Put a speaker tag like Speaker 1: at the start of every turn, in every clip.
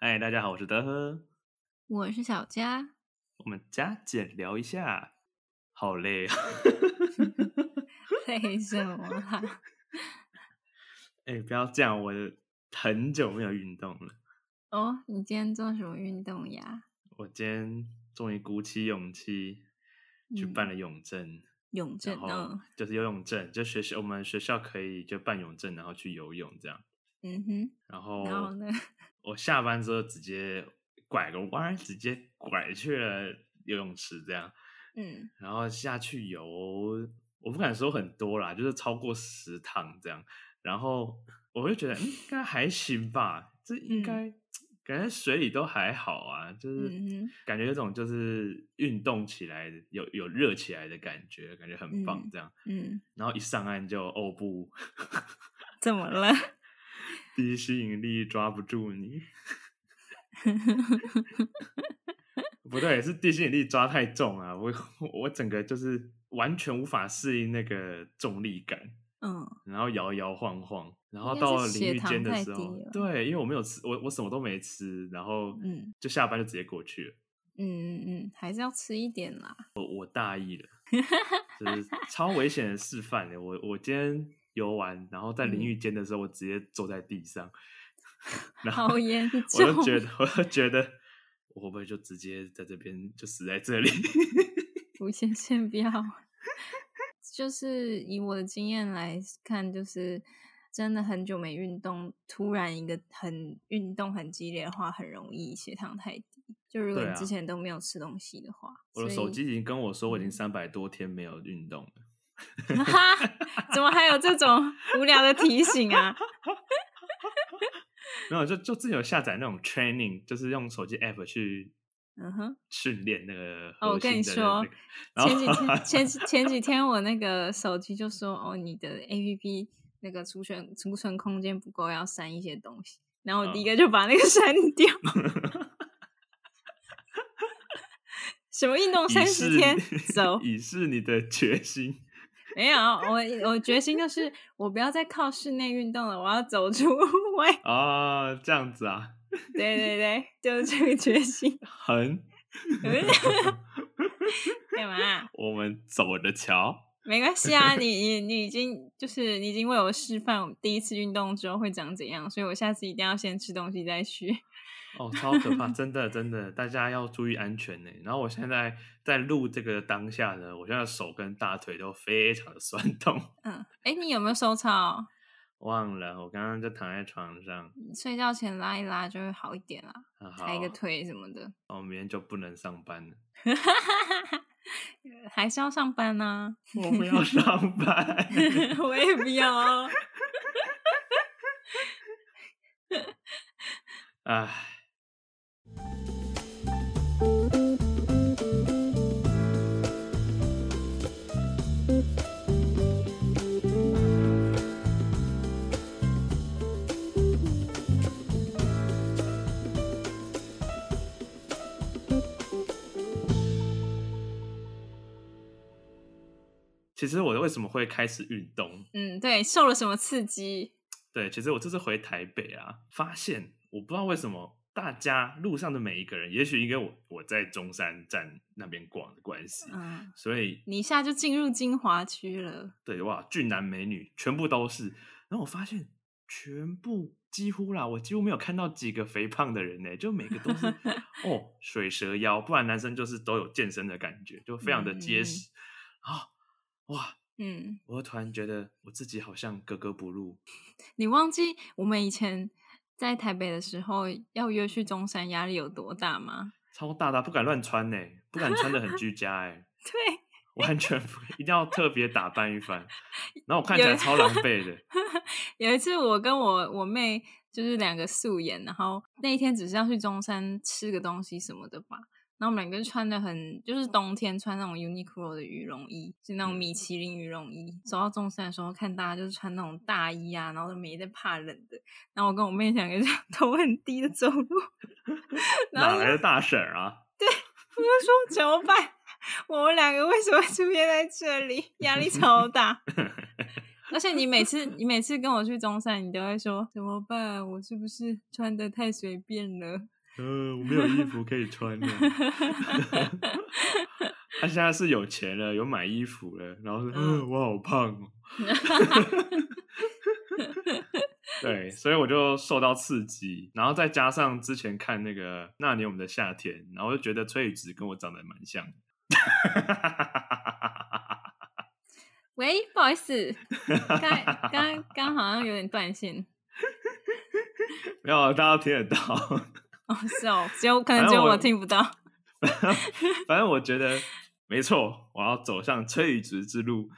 Speaker 1: 嗨，大家好，我是德呵，
Speaker 2: 我是小佳，
Speaker 1: 我们加减聊一下。好累啊！
Speaker 2: 为什么啦？
Speaker 1: 哎、不要这样，我很久没有运动了。
Speaker 2: 哦，你今天做什么运动呀？
Speaker 1: 我今天终于鼓起勇气去办了泳证，
Speaker 2: 泳
Speaker 1: 然
Speaker 2: 证
Speaker 1: 后
Speaker 2: 嗯哦，
Speaker 1: 就是游泳证，就学校我们学校可以就办泳证，然后去游泳这样。
Speaker 2: 嗯哼，
Speaker 1: 然后，
Speaker 2: 然后呢？
Speaker 1: 我下班之后直接拐个弯儿，直接拐去了游泳池这样。
Speaker 2: 嗯，
Speaker 1: 然后下去游，我不敢说很多啦，就是超过十趟这样。然后我就觉得嗯应该还行吧，这应
Speaker 2: 嗯
Speaker 1: 该、感觉水里都还好啊，就是
Speaker 2: 嗯哼
Speaker 1: 感觉有种就是运动起来有有热起来的感觉，感觉很棒这样。
Speaker 2: 嗯，
Speaker 1: 然后一上岸就哦不，
Speaker 2: 怎么了？
Speaker 1: 第一吸引力抓不住你。不对，是地心引力抓太重啊！我我整个就是完全无法适应那个重力感，
Speaker 2: 嗯，
Speaker 1: 然后摇摇晃晃，然后
Speaker 2: 应该是
Speaker 1: 到淋
Speaker 2: 血
Speaker 1: 浴
Speaker 2: 糖
Speaker 1: 间的
Speaker 2: 太
Speaker 1: 时候
Speaker 2: 低了，
Speaker 1: 对，因为我没有吃，我我什么都没吃，然后
Speaker 2: 嗯
Speaker 1: 就下班就直接过去了，
Speaker 2: 嗯嗯嗯，还是要吃一点啦。
Speaker 1: 就是超危险的示范欸。我我今天游完，然后在淋
Speaker 2: 嗯
Speaker 1: 浴间的时候，我直接坐在地上， 然后
Speaker 2: 好严
Speaker 1: 我
Speaker 2: 重，
Speaker 1: 就觉得，我就觉得，我会不会就直接在这边就死在这里？
Speaker 2: 吴先生不要。 就是以我的经验来看，就是真的很久没运动，突然一个很运动很激烈的话，很容易血糖太低。就如果
Speaker 1: 对啊
Speaker 2: 你之前都没有吃东西的话，
Speaker 1: 我的
Speaker 2: 所
Speaker 1: 手
Speaker 2: 以
Speaker 1: 机已经跟我说，我已经
Speaker 2: 嗯
Speaker 1: 三百多天没有运动了。
Speaker 2: 哈，怎么还有这种无聊的提醒啊？
Speaker 1: 没有，就就自己有下载那种 training，就是用手机 app 去
Speaker 2: 嗯哼，
Speaker 1: 训练那个
Speaker 2: 哦我
Speaker 1: 核
Speaker 2: 跟
Speaker 1: 心
Speaker 2: 你
Speaker 1: 的那
Speaker 2: 说
Speaker 1: 个。 然
Speaker 2: 前几
Speaker 1: 后
Speaker 2: 天前几前几天我那个手机就说，哦，你的 A P P 那个储存储存空间不够，要删一些东西。然后我
Speaker 1: 嗯
Speaker 2: 第一个就把那个删 掉。什么运动
Speaker 1: 以
Speaker 2: 三
Speaker 1: 示
Speaker 2: 十天 走？
Speaker 1: 以示你的决心。
Speaker 2: 没有，我我决心就是我不要再靠室内运动了，我要走出 户外。
Speaker 1: 哦，这样子啊，
Speaker 2: 对对对，就是这个决 心。
Speaker 1: 很
Speaker 2: 干嘛啊、
Speaker 1: 我们走着瞧。
Speaker 2: 没关系啊，你你你已经就是你已经为我示范，我第一次运动之后会长怎样，所以我下次一定要先吃东西再去。
Speaker 1: 哦，超可 怕！真的，真的，大家要注意安全呢。然后我现在在录这个当下呢，我现在手跟大腿都非常的酸痛。
Speaker 2: 嗯，哎，你有没有收操？
Speaker 1: 忘了，我刚刚就躺在床上，
Speaker 2: 你睡觉前拉一拉就会嗯好一点啦，
Speaker 1: 啊好
Speaker 2: 抬个腿什么的，
Speaker 1: 我明天就不能上班 了。
Speaker 2: 还是要上班 呐、。
Speaker 1: 我不要上班
Speaker 2: 我也不要哦。
Speaker 1: 唉，其实我为什么会开始运动？
Speaker 2: 嗯，对，受了什么刺激？
Speaker 1: 对，其实我这次回台北啊，发现我不知道为什么大家路上的每一个人，也许因为我我在中山站那边逛的关系，
Speaker 2: 嗯，
Speaker 1: 所以
Speaker 2: 你一下就进入精华区了。
Speaker 1: 对哇，俊男美女全部都是。然后我发现全部几乎啦，我几乎没有看到几个肥胖的人呢、就每个都 是哦水蛇腰，不然男生就是都有健身的感觉，就非常的结
Speaker 2: 嗯
Speaker 1: 实啊、哇！
Speaker 2: 嗯，
Speaker 1: 我突然觉得我自己好像格格不入，
Speaker 2: 你忘记我们以前在台北的时候要约去中山，压力有多大吗？
Speaker 1: 超大大不敢乱穿呢、不敢穿的很居家哎、
Speaker 2: 对，
Speaker 1: 完全不一定要特别打扮一 番。然后我看起来
Speaker 2: 有
Speaker 1: 超狼狈的，
Speaker 2: 有一次我跟我我妹就是两个素颜，然后那一天只是要去中山吃个东西什么的吧。然后我们两个就穿的很，就是冬天穿那种 Uniqlo 的羽绒衣，就那种
Speaker 1: 嗯
Speaker 2: 米其林羽绒衣。走到中山的时候，看大家就是穿那种大衣啊，然后都没在怕冷的。然后我跟我妹两个就 头很低的走路， 然
Speaker 1: 哪
Speaker 2: 后就
Speaker 1: 来的大婶儿啊？
Speaker 2: 我就说怎么 办？我们两个为什么会出现在这里？压力超大。而且你每次你每次跟我去中山，你都会说怎么办？我是不是穿的太随便了？
Speaker 1: 呃，我没有衣服可以穿 了。 他现在是有钱了，有买衣服了，然后说：“嗯、
Speaker 2: 嗯
Speaker 1: 呃，我好胖 哦。”对，所以我就受到刺激，然后再加上之前看那个《那年我们的夏天》，然后就觉得崔宇植跟我长得蛮像的。
Speaker 2: 喂，不好 意思，刚刚刚好像有点断线。
Speaker 1: 没有，啊大家都听得到。
Speaker 2: 哦，是哦，只有可能只有我听不到。
Speaker 1: 反正我觉得没错，我要走上崔宇植之路，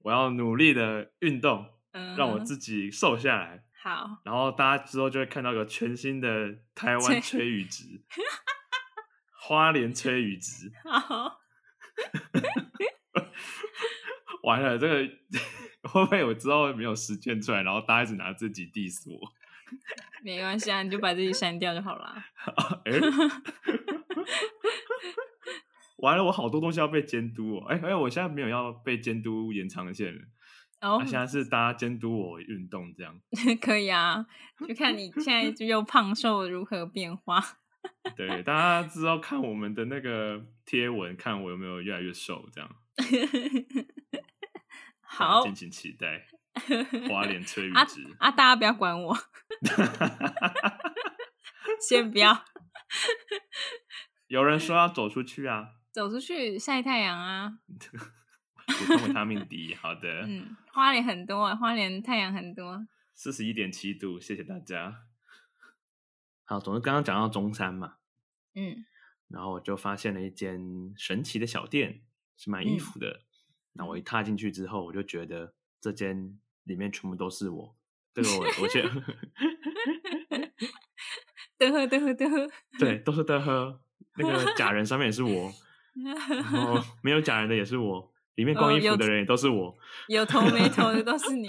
Speaker 1: 我要努力的运动，
Speaker 2: 嗯，
Speaker 1: 让我自己瘦下来。
Speaker 2: 好，
Speaker 1: 然后大家之后就会看到一个全新的台湾
Speaker 2: 崔
Speaker 1: 崔宇植，花莲崔宇植。
Speaker 2: 好，
Speaker 1: 完了，这个 会不会我之后没有实践出来，然后大家一直拿自己 diss 我？
Speaker 2: 没关系啊，你就把自己删掉就好啦。
Speaker 1: 哎、 完了，我好多东西要被监督哦。哎、哎、我现在没有要被监督延长线了，
Speaker 2: 然
Speaker 1: 那、
Speaker 2: 后
Speaker 1: 现在是大家监督我运动这样。
Speaker 2: 哦 可以啊，就看你现在就又胖瘦如何变化。
Speaker 1: 对，大家之后看我们的那个贴文，看我有没有越来越瘦这样。大家
Speaker 2: 好
Speaker 1: 敬请期待。 花莲崔宇
Speaker 2: 啊
Speaker 1: 植。
Speaker 2: 啊，大家不要管我， 先不要
Speaker 1: 有人说要走出去啊，
Speaker 2: 走出去晒太阳啊。
Speaker 1: 补充维他命 D。好的，
Speaker 2: 嗯，花莲很多啊，花莲太阳很多。
Speaker 1: 四十一点七度，谢谢大家。好，总之刚刚讲到中山嘛，
Speaker 2: 嗯
Speaker 1: 然后我就发现了一间神奇的小店，是
Speaker 2: 嗯
Speaker 1: 卖衣服的。那、我一踏进去之后，我就觉得这间里面全部都是我。这个我我觉得
Speaker 2: 得呵得呵得呵，
Speaker 1: 对，都是的呵，那个假人上面也是我，然 后没有假人的也是我，里面逛
Speaker 2: 哦
Speaker 1: 衣服
Speaker 2: 有
Speaker 1: 的人也都是我。
Speaker 2: 有头没头的都是你。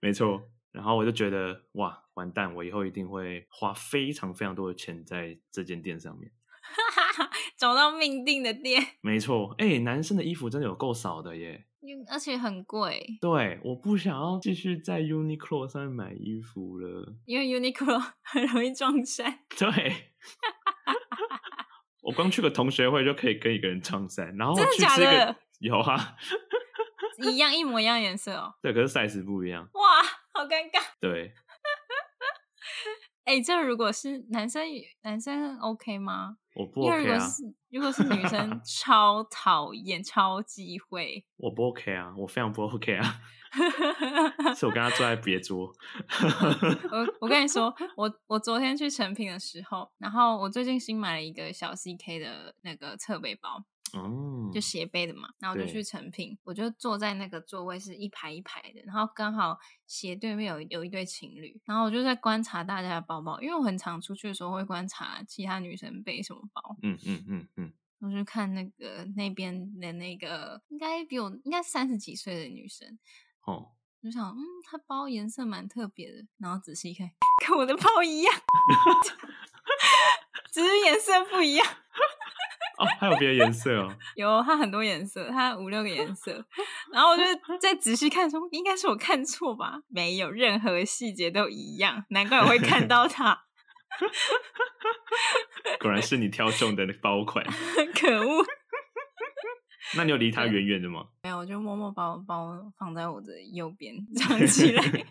Speaker 1: 没错。然后我就觉得哇，完蛋，我以后一定会花非常非常多的钱在这间店上面。
Speaker 2: 找到命定的店，
Speaker 1: 没错，哎，男生的衣服真的有够少的耶。
Speaker 2: 因而且很贵，
Speaker 1: 对，我不想要继续在 Uniqlo 上面买衣服了。
Speaker 2: 因为 Uniqlo 很容易撞衫。
Speaker 1: 对，我光去个同学会就可以跟一个人唱衫，然后我
Speaker 2: 真的
Speaker 1: 去
Speaker 2: 假
Speaker 1: 吃一个
Speaker 2: 的
Speaker 1: 有啊，
Speaker 2: 一样一模一样颜色哦，
Speaker 1: 对，可是 size 不一样。
Speaker 2: 哇，好尴尬。
Speaker 1: 对，
Speaker 2: 哎、这如果是男生，男生 OK 吗？
Speaker 1: 我不
Speaker 2: 因为
Speaker 1: OK
Speaker 2: 如果
Speaker 1: 啊，
Speaker 2: 是如果是女生，超讨厌，超忌讳。
Speaker 1: 我不 OK 啊，我非常不 OK 啊，是我跟他坐在别桌。
Speaker 2: 我我跟你说，我我昨天去成品的时候，然后我最近新买了一个小 CK 的那个侧背包，
Speaker 1: 嗯，
Speaker 2: 就斜背的嘛，然后我就
Speaker 1: 对
Speaker 2: 去成品，我就坐在那个座位是一排一排的，然后刚好斜对面有有一对情侣，然后我就在观察大家的包包，因为我很常出去的时候会观察其他女生背什么包，
Speaker 1: 嗯嗯嗯嗯，
Speaker 2: 我就看那个那边的那个应该比我应该三十几岁的女生，
Speaker 1: 哦，
Speaker 2: 我就想嗯，她包颜色蛮特别的，然后仔细一看，跟我的包一样，只是颜色不一样。
Speaker 1: 哦，还有别的颜色哦，
Speaker 2: 有，它很多颜色，它五六个颜色。然后我就再仔细看说，应该是我看错吧？没有，任何细节都一样，难怪我会看到它。
Speaker 1: 果然是你挑中的那个包 款。
Speaker 2: 可恶！
Speaker 1: 那你有离他远远的吗？
Speaker 2: 没有，我就默默把我包放在我的右边藏起来。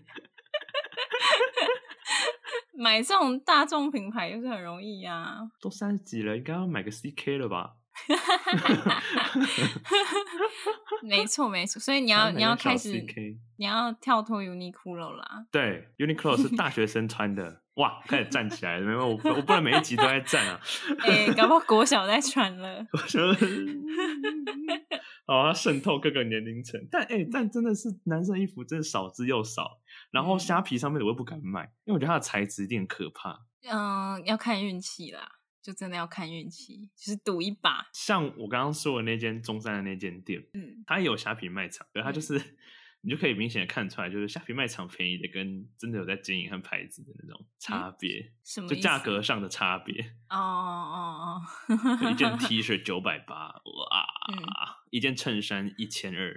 Speaker 2: 买这种大众品牌就是很容易啊，
Speaker 1: 都三十几了，应该要买个 CK 了吧？
Speaker 2: 没错没错，所以你
Speaker 1: 你
Speaker 2: 要你要开始
Speaker 1: CK，
Speaker 2: 你要跳脱 Uniqlo 啦，
Speaker 1: 对，Uniqlo 是大学生穿的。哇，开始站起来了，没 有我不我不能每一集都在站啊。
Speaker 2: 哎、搞不好国小在 穿了，
Speaker 1: 我说， 好，它渗透各个年龄层。但哎、但真的是男生衣服真的少之又少。然后
Speaker 2: 嗯
Speaker 1: 虾皮上面的我又不敢买，因为我觉得它的材质有点可怕。
Speaker 2: 嗯，要看运气啦，就真的要看运气，就是赌一把。
Speaker 1: 像我刚刚说的那间中山的那间店，
Speaker 2: 嗯，
Speaker 1: 它也有虾皮卖场，可它就是、你就可以明显的看出来，就是虾皮卖场便宜的跟真的有在经营和牌子的那种差别，
Speaker 2: 什么
Speaker 1: 就
Speaker 2: 意
Speaker 1: 价
Speaker 2: 思
Speaker 1: 格上的差别。
Speaker 2: 哦哦
Speaker 1: 就
Speaker 2: 哦，
Speaker 1: 一件 T 恤九百八，哇！
Speaker 2: 嗯，
Speaker 1: 一件衬衫一千二，哇！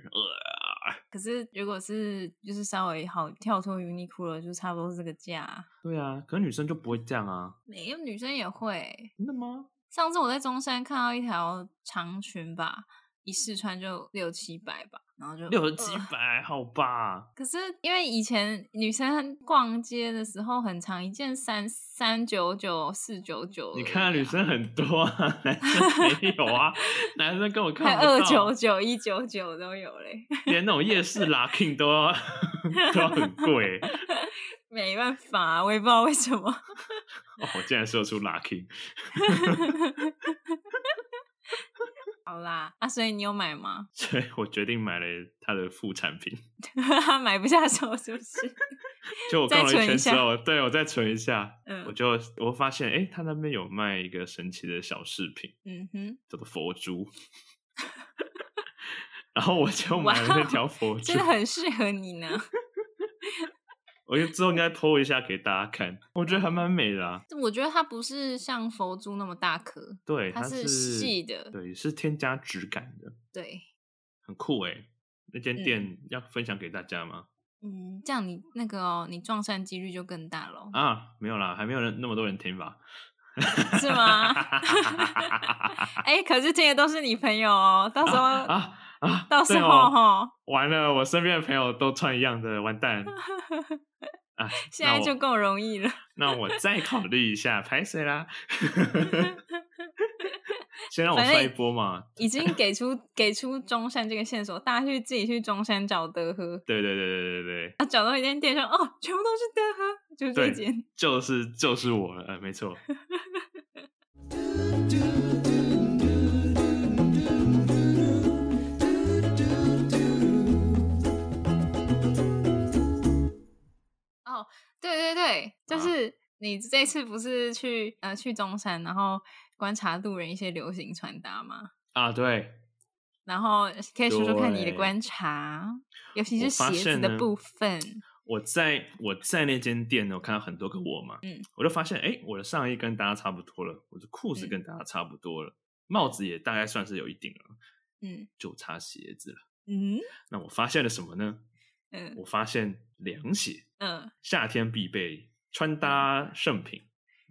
Speaker 2: 可是如果是就是稍微好跳脱 Uniqlo，就差不多是这个价。
Speaker 1: 对啊，可是女生就不会这样啊，
Speaker 2: 没有女生也会。
Speaker 1: 真的吗？
Speaker 2: 上次我在中山看到一条长裙吧，一试穿就六七百吧，然后就
Speaker 1: 六十几
Speaker 2: 呃
Speaker 1: 百，好 吧？
Speaker 2: 可是因为以前女生逛街的时候，很长一件三三九九、四九九，啊
Speaker 1: 你看女生很多啊，男生没有 啊，男生跟我
Speaker 2: 还
Speaker 1: 看不
Speaker 2: 二
Speaker 1: 到啊
Speaker 2: 九，九、一九九都有嘞，
Speaker 1: 连那种夜市 locking 都要 都要很贵。
Speaker 2: 没办法、啊我也不知道为什么。
Speaker 1: 哦，我竟然说出 locking，
Speaker 2: 好啦，啊，所以你有买吗？
Speaker 1: 所以我决定买了它的副产品。
Speaker 2: 买不下手是不是？
Speaker 1: 就我逛了
Speaker 2: 再存
Speaker 1: 圈
Speaker 2: 一
Speaker 1: 之
Speaker 2: 下
Speaker 1: 后，对我再存一下，我
Speaker 2: 嗯
Speaker 1: 就我发现，哎，他那边有卖一个神奇的小饰品，
Speaker 2: 嗯哼，
Speaker 1: 叫做佛 珠。然后我就买了
Speaker 2: 哇
Speaker 1: 那
Speaker 2: 哦
Speaker 1: 条佛珠
Speaker 2: 真，的很适合你呢。
Speaker 1: 我觉得之后应该 PO 一下给大家看，我觉得还蛮美的、啊。
Speaker 2: 我觉得它不是像佛珠那么大颗，
Speaker 1: 对，
Speaker 2: 它
Speaker 1: 它
Speaker 2: 是细的
Speaker 1: 对，是添加质感的，
Speaker 2: 对，
Speaker 1: 很酷哎、那间店要分享给大家吗？
Speaker 2: 嗯，这样你那个哦，你撞衫几率就更 大喽，
Speaker 1: 啊，没有啦，还没有人那么多人听吧？
Speaker 2: 是吗？ 哎、可是这些都是你朋友哦，到时候、
Speaker 1: 啊啊！
Speaker 2: 到时
Speaker 1: 对
Speaker 2: 候
Speaker 1: 哦
Speaker 2: 哈、
Speaker 1: 完了，我身边的朋友都穿一样的，完 蛋啊！
Speaker 2: 现在就够容易了。
Speaker 1: 那我，那我再考虑一下，拍谁啦？ 先让我
Speaker 2: 反正
Speaker 1: 摔一波嘛。
Speaker 2: 已经给出给出中山这个线索，大家去自己去中山找德和，
Speaker 1: 对对对对对对，
Speaker 2: 啊，找到一间店说哦，全部都是德和，就是这
Speaker 1: 对
Speaker 2: 间。
Speaker 1: 就是就是我了，呃，没错。
Speaker 2: 对对对，就
Speaker 1: 啊
Speaker 2: 是你这次不是去呃去中山，然后观察路人一些流行穿搭吗？
Speaker 1: 啊，对，
Speaker 2: 然后可以说说看你的
Speaker 1: 对
Speaker 2: 观察，尤其是
Speaker 1: 我发
Speaker 2: 鞋子
Speaker 1: 现
Speaker 2: 的
Speaker 1: 呢
Speaker 2: 部分。
Speaker 1: 我在我在那间店呢，我看到很多个我嘛，
Speaker 2: 嗯，
Speaker 1: 我就发现，哎，我的上衣跟大家差不多了，我的裤子
Speaker 2: 嗯
Speaker 1: 跟大家差不多了，帽子也大概算是有一顶了，
Speaker 2: 嗯
Speaker 1: 就差鞋子了。
Speaker 2: 嗯
Speaker 1: 那我发现了什么呢？
Speaker 2: 嗯
Speaker 1: 我发现凉鞋，
Speaker 2: 嗯，
Speaker 1: 夏天必备穿搭圣品，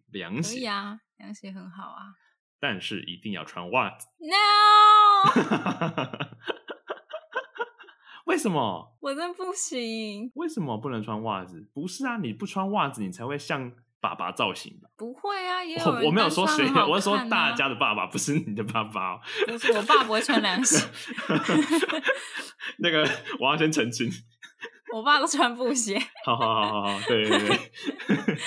Speaker 1: 凉
Speaker 2: 可以
Speaker 1: 鞋，
Speaker 2: 啊，凉鞋很好啊。
Speaker 1: 但是一定要穿袜子。
Speaker 2: No，
Speaker 1: 为什么？
Speaker 2: 我真不行，
Speaker 1: 为什么不能穿袜子？不是啊，你不穿袜子，你才会像爸爸造型吧？
Speaker 2: 不会啊，也有人
Speaker 1: 我我没有
Speaker 2: 单
Speaker 1: 说
Speaker 2: 穿
Speaker 1: 谁，
Speaker 2: 很好
Speaker 1: 我是说
Speaker 2: 看
Speaker 1: 大
Speaker 2: 啊
Speaker 1: 家的爸爸，不是你的爸爸、哦。
Speaker 2: 不是我爸不会穿凉鞋，
Speaker 1: 那个我要先澄清，
Speaker 2: 我爸都穿布鞋。
Speaker 1: 好好好好好，对对对。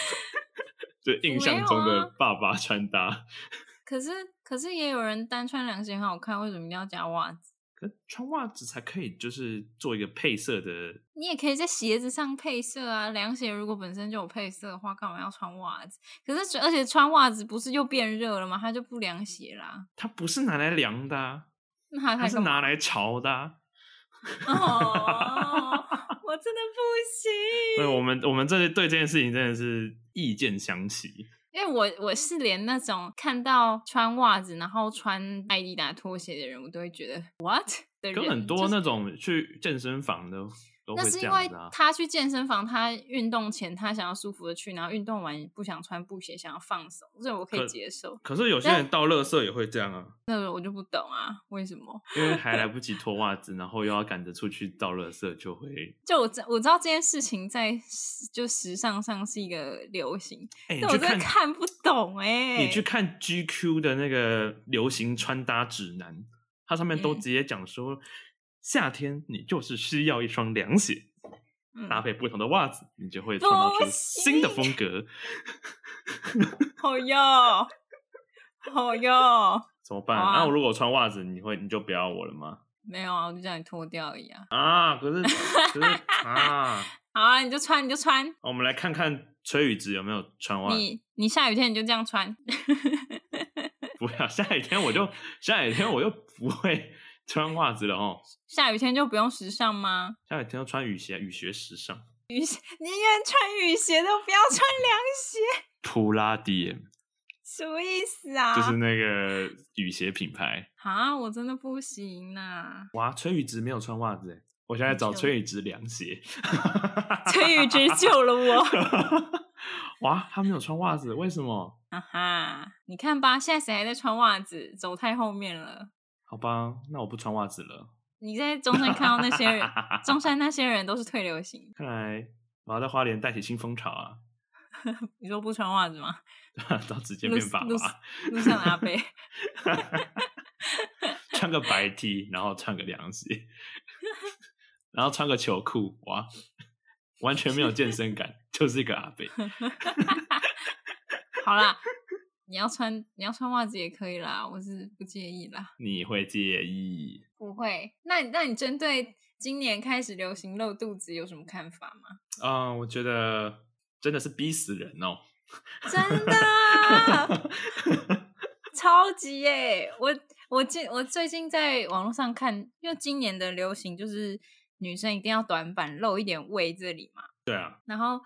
Speaker 1: 就印象中
Speaker 2: 没有
Speaker 1: 的
Speaker 2: 啊
Speaker 1: 爸爸穿搭，
Speaker 2: 可是可是也有人单穿凉鞋很好看，为什么一定要加袜子？
Speaker 1: 可是穿袜子才可以，就是做一个配色的
Speaker 2: 你也可以在鞋子上配色啊，凉鞋如果本身就有配色的话，干嘛要穿袜子？可是而且穿袜子不是又变热了吗？它就不凉鞋啦，
Speaker 1: 它不是拿来量的、啊，
Speaker 2: 那它
Speaker 1: 它
Speaker 2: 还
Speaker 1: 是
Speaker 2: 干嘛？
Speaker 1: 拿来潮的、啊。
Speaker 2: 哦，我真的不
Speaker 1: 对，
Speaker 2: 行，
Speaker 1: 我们我们这对这件事情真的是意见相齐。
Speaker 2: 因为我我是连那种看到穿袜子然后穿艾迪达拖鞋的人，我都会觉得 what 的人
Speaker 1: 跟很
Speaker 2: 就
Speaker 1: 多
Speaker 2: 是
Speaker 1: 那种去健身房的都
Speaker 2: 那
Speaker 1: 会
Speaker 2: 是
Speaker 1: 这
Speaker 2: 因
Speaker 1: 样
Speaker 2: 为
Speaker 1: 子啊。
Speaker 2: 他去健身房，他运动前他想要舒服的去，然后运动完不想穿布鞋，想要放松，这我可以
Speaker 1: 可
Speaker 2: 接受。
Speaker 1: 可是有些人到垃圾也会这样啊，
Speaker 2: 那个我就不懂啊，为什么？
Speaker 1: 因为还来不及脱袜子，然后又要赶着出去倒垃圾，就会
Speaker 2: 就我知我知道这件事情在时就时尚上是一个流行，
Speaker 1: 哎、你
Speaker 2: 但
Speaker 1: 去
Speaker 2: 我真的
Speaker 1: 看
Speaker 2: 看不懂哎、
Speaker 1: 你去看 GQ 的那个流行穿搭指南，它上面都
Speaker 2: 嗯
Speaker 1: 直接讲说，夏天你就是需要一双凉鞋，
Speaker 2: 嗯
Speaker 1: 搭配不同的袜子，你就会创造
Speaker 2: 不
Speaker 1: 出新的风格。
Speaker 2: 好哟，好哟，
Speaker 1: 怎么办？
Speaker 2: 好啊
Speaker 1: 那、我如果穿袜子，你会你就不要我了吗？
Speaker 2: 没有啊，我就叫你脱掉一样。
Speaker 1: 啊，可是可是啊，
Speaker 2: 好啊，你就穿，你就穿，
Speaker 1: 我们来看看崔宇植有没有穿袜子。
Speaker 2: 你你下雨天你就这样穿。
Speaker 1: 不要，下雨天我就下雨天我就不会穿袜子了哦。
Speaker 2: 下雨天就不用时尚吗？
Speaker 1: 下雨天要穿雨鞋，雨鞋时尚。
Speaker 2: 宁愿穿雨鞋都不要穿凉鞋。
Speaker 1: 普拉迪耶
Speaker 2: 什么意思啊？
Speaker 1: 就是那个雨鞋品牌。
Speaker 2: 啊，我真的不行呐、
Speaker 1: 哇，崔宇植没有穿袜子哎，我现在找
Speaker 2: 很久
Speaker 1: 崔宇植凉鞋，
Speaker 2: 崔宇植救了我，
Speaker 1: 哇，他没有穿袜子，为什么？
Speaker 2: 哈哈！你看吧，现在谁还在穿袜子？走太后面了。
Speaker 1: 好吧，那我不穿袜子了。
Speaker 2: 你在中山看到那些人，中山那些人都是退流行。
Speaker 1: 看来我要在花莲带起新风潮啊，
Speaker 2: 你说不穿袜子吗？
Speaker 1: 到直接
Speaker 2: 路
Speaker 1: 变爸
Speaker 2: 路
Speaker 1: 爸，
Speaker 2: 路上的阿贝，
Speaker 1: 穿个白 T，然后穿个凉鞋， 然后穿个球裤，哇，完全没有健身感，就是一个阿贝。
Speaker 2: 好啦，你要穿你要穿袜子也可以啦，我是不介意啦。
Speaker 1: 你会介意？
Speaker 2: 不会，那你那你针对今年开始流行露肚子有什么看法吗？
Speaker 1: 嗯，我觉得真的是逼死人哦。
Speaker 2: 真的啊， 超级耶、我我近我最近在网络上看，因为今年的流行就是女生一定要短版露一点胃这里嘛，
Speaker 1: 对啊，
Speaker 2: 然后。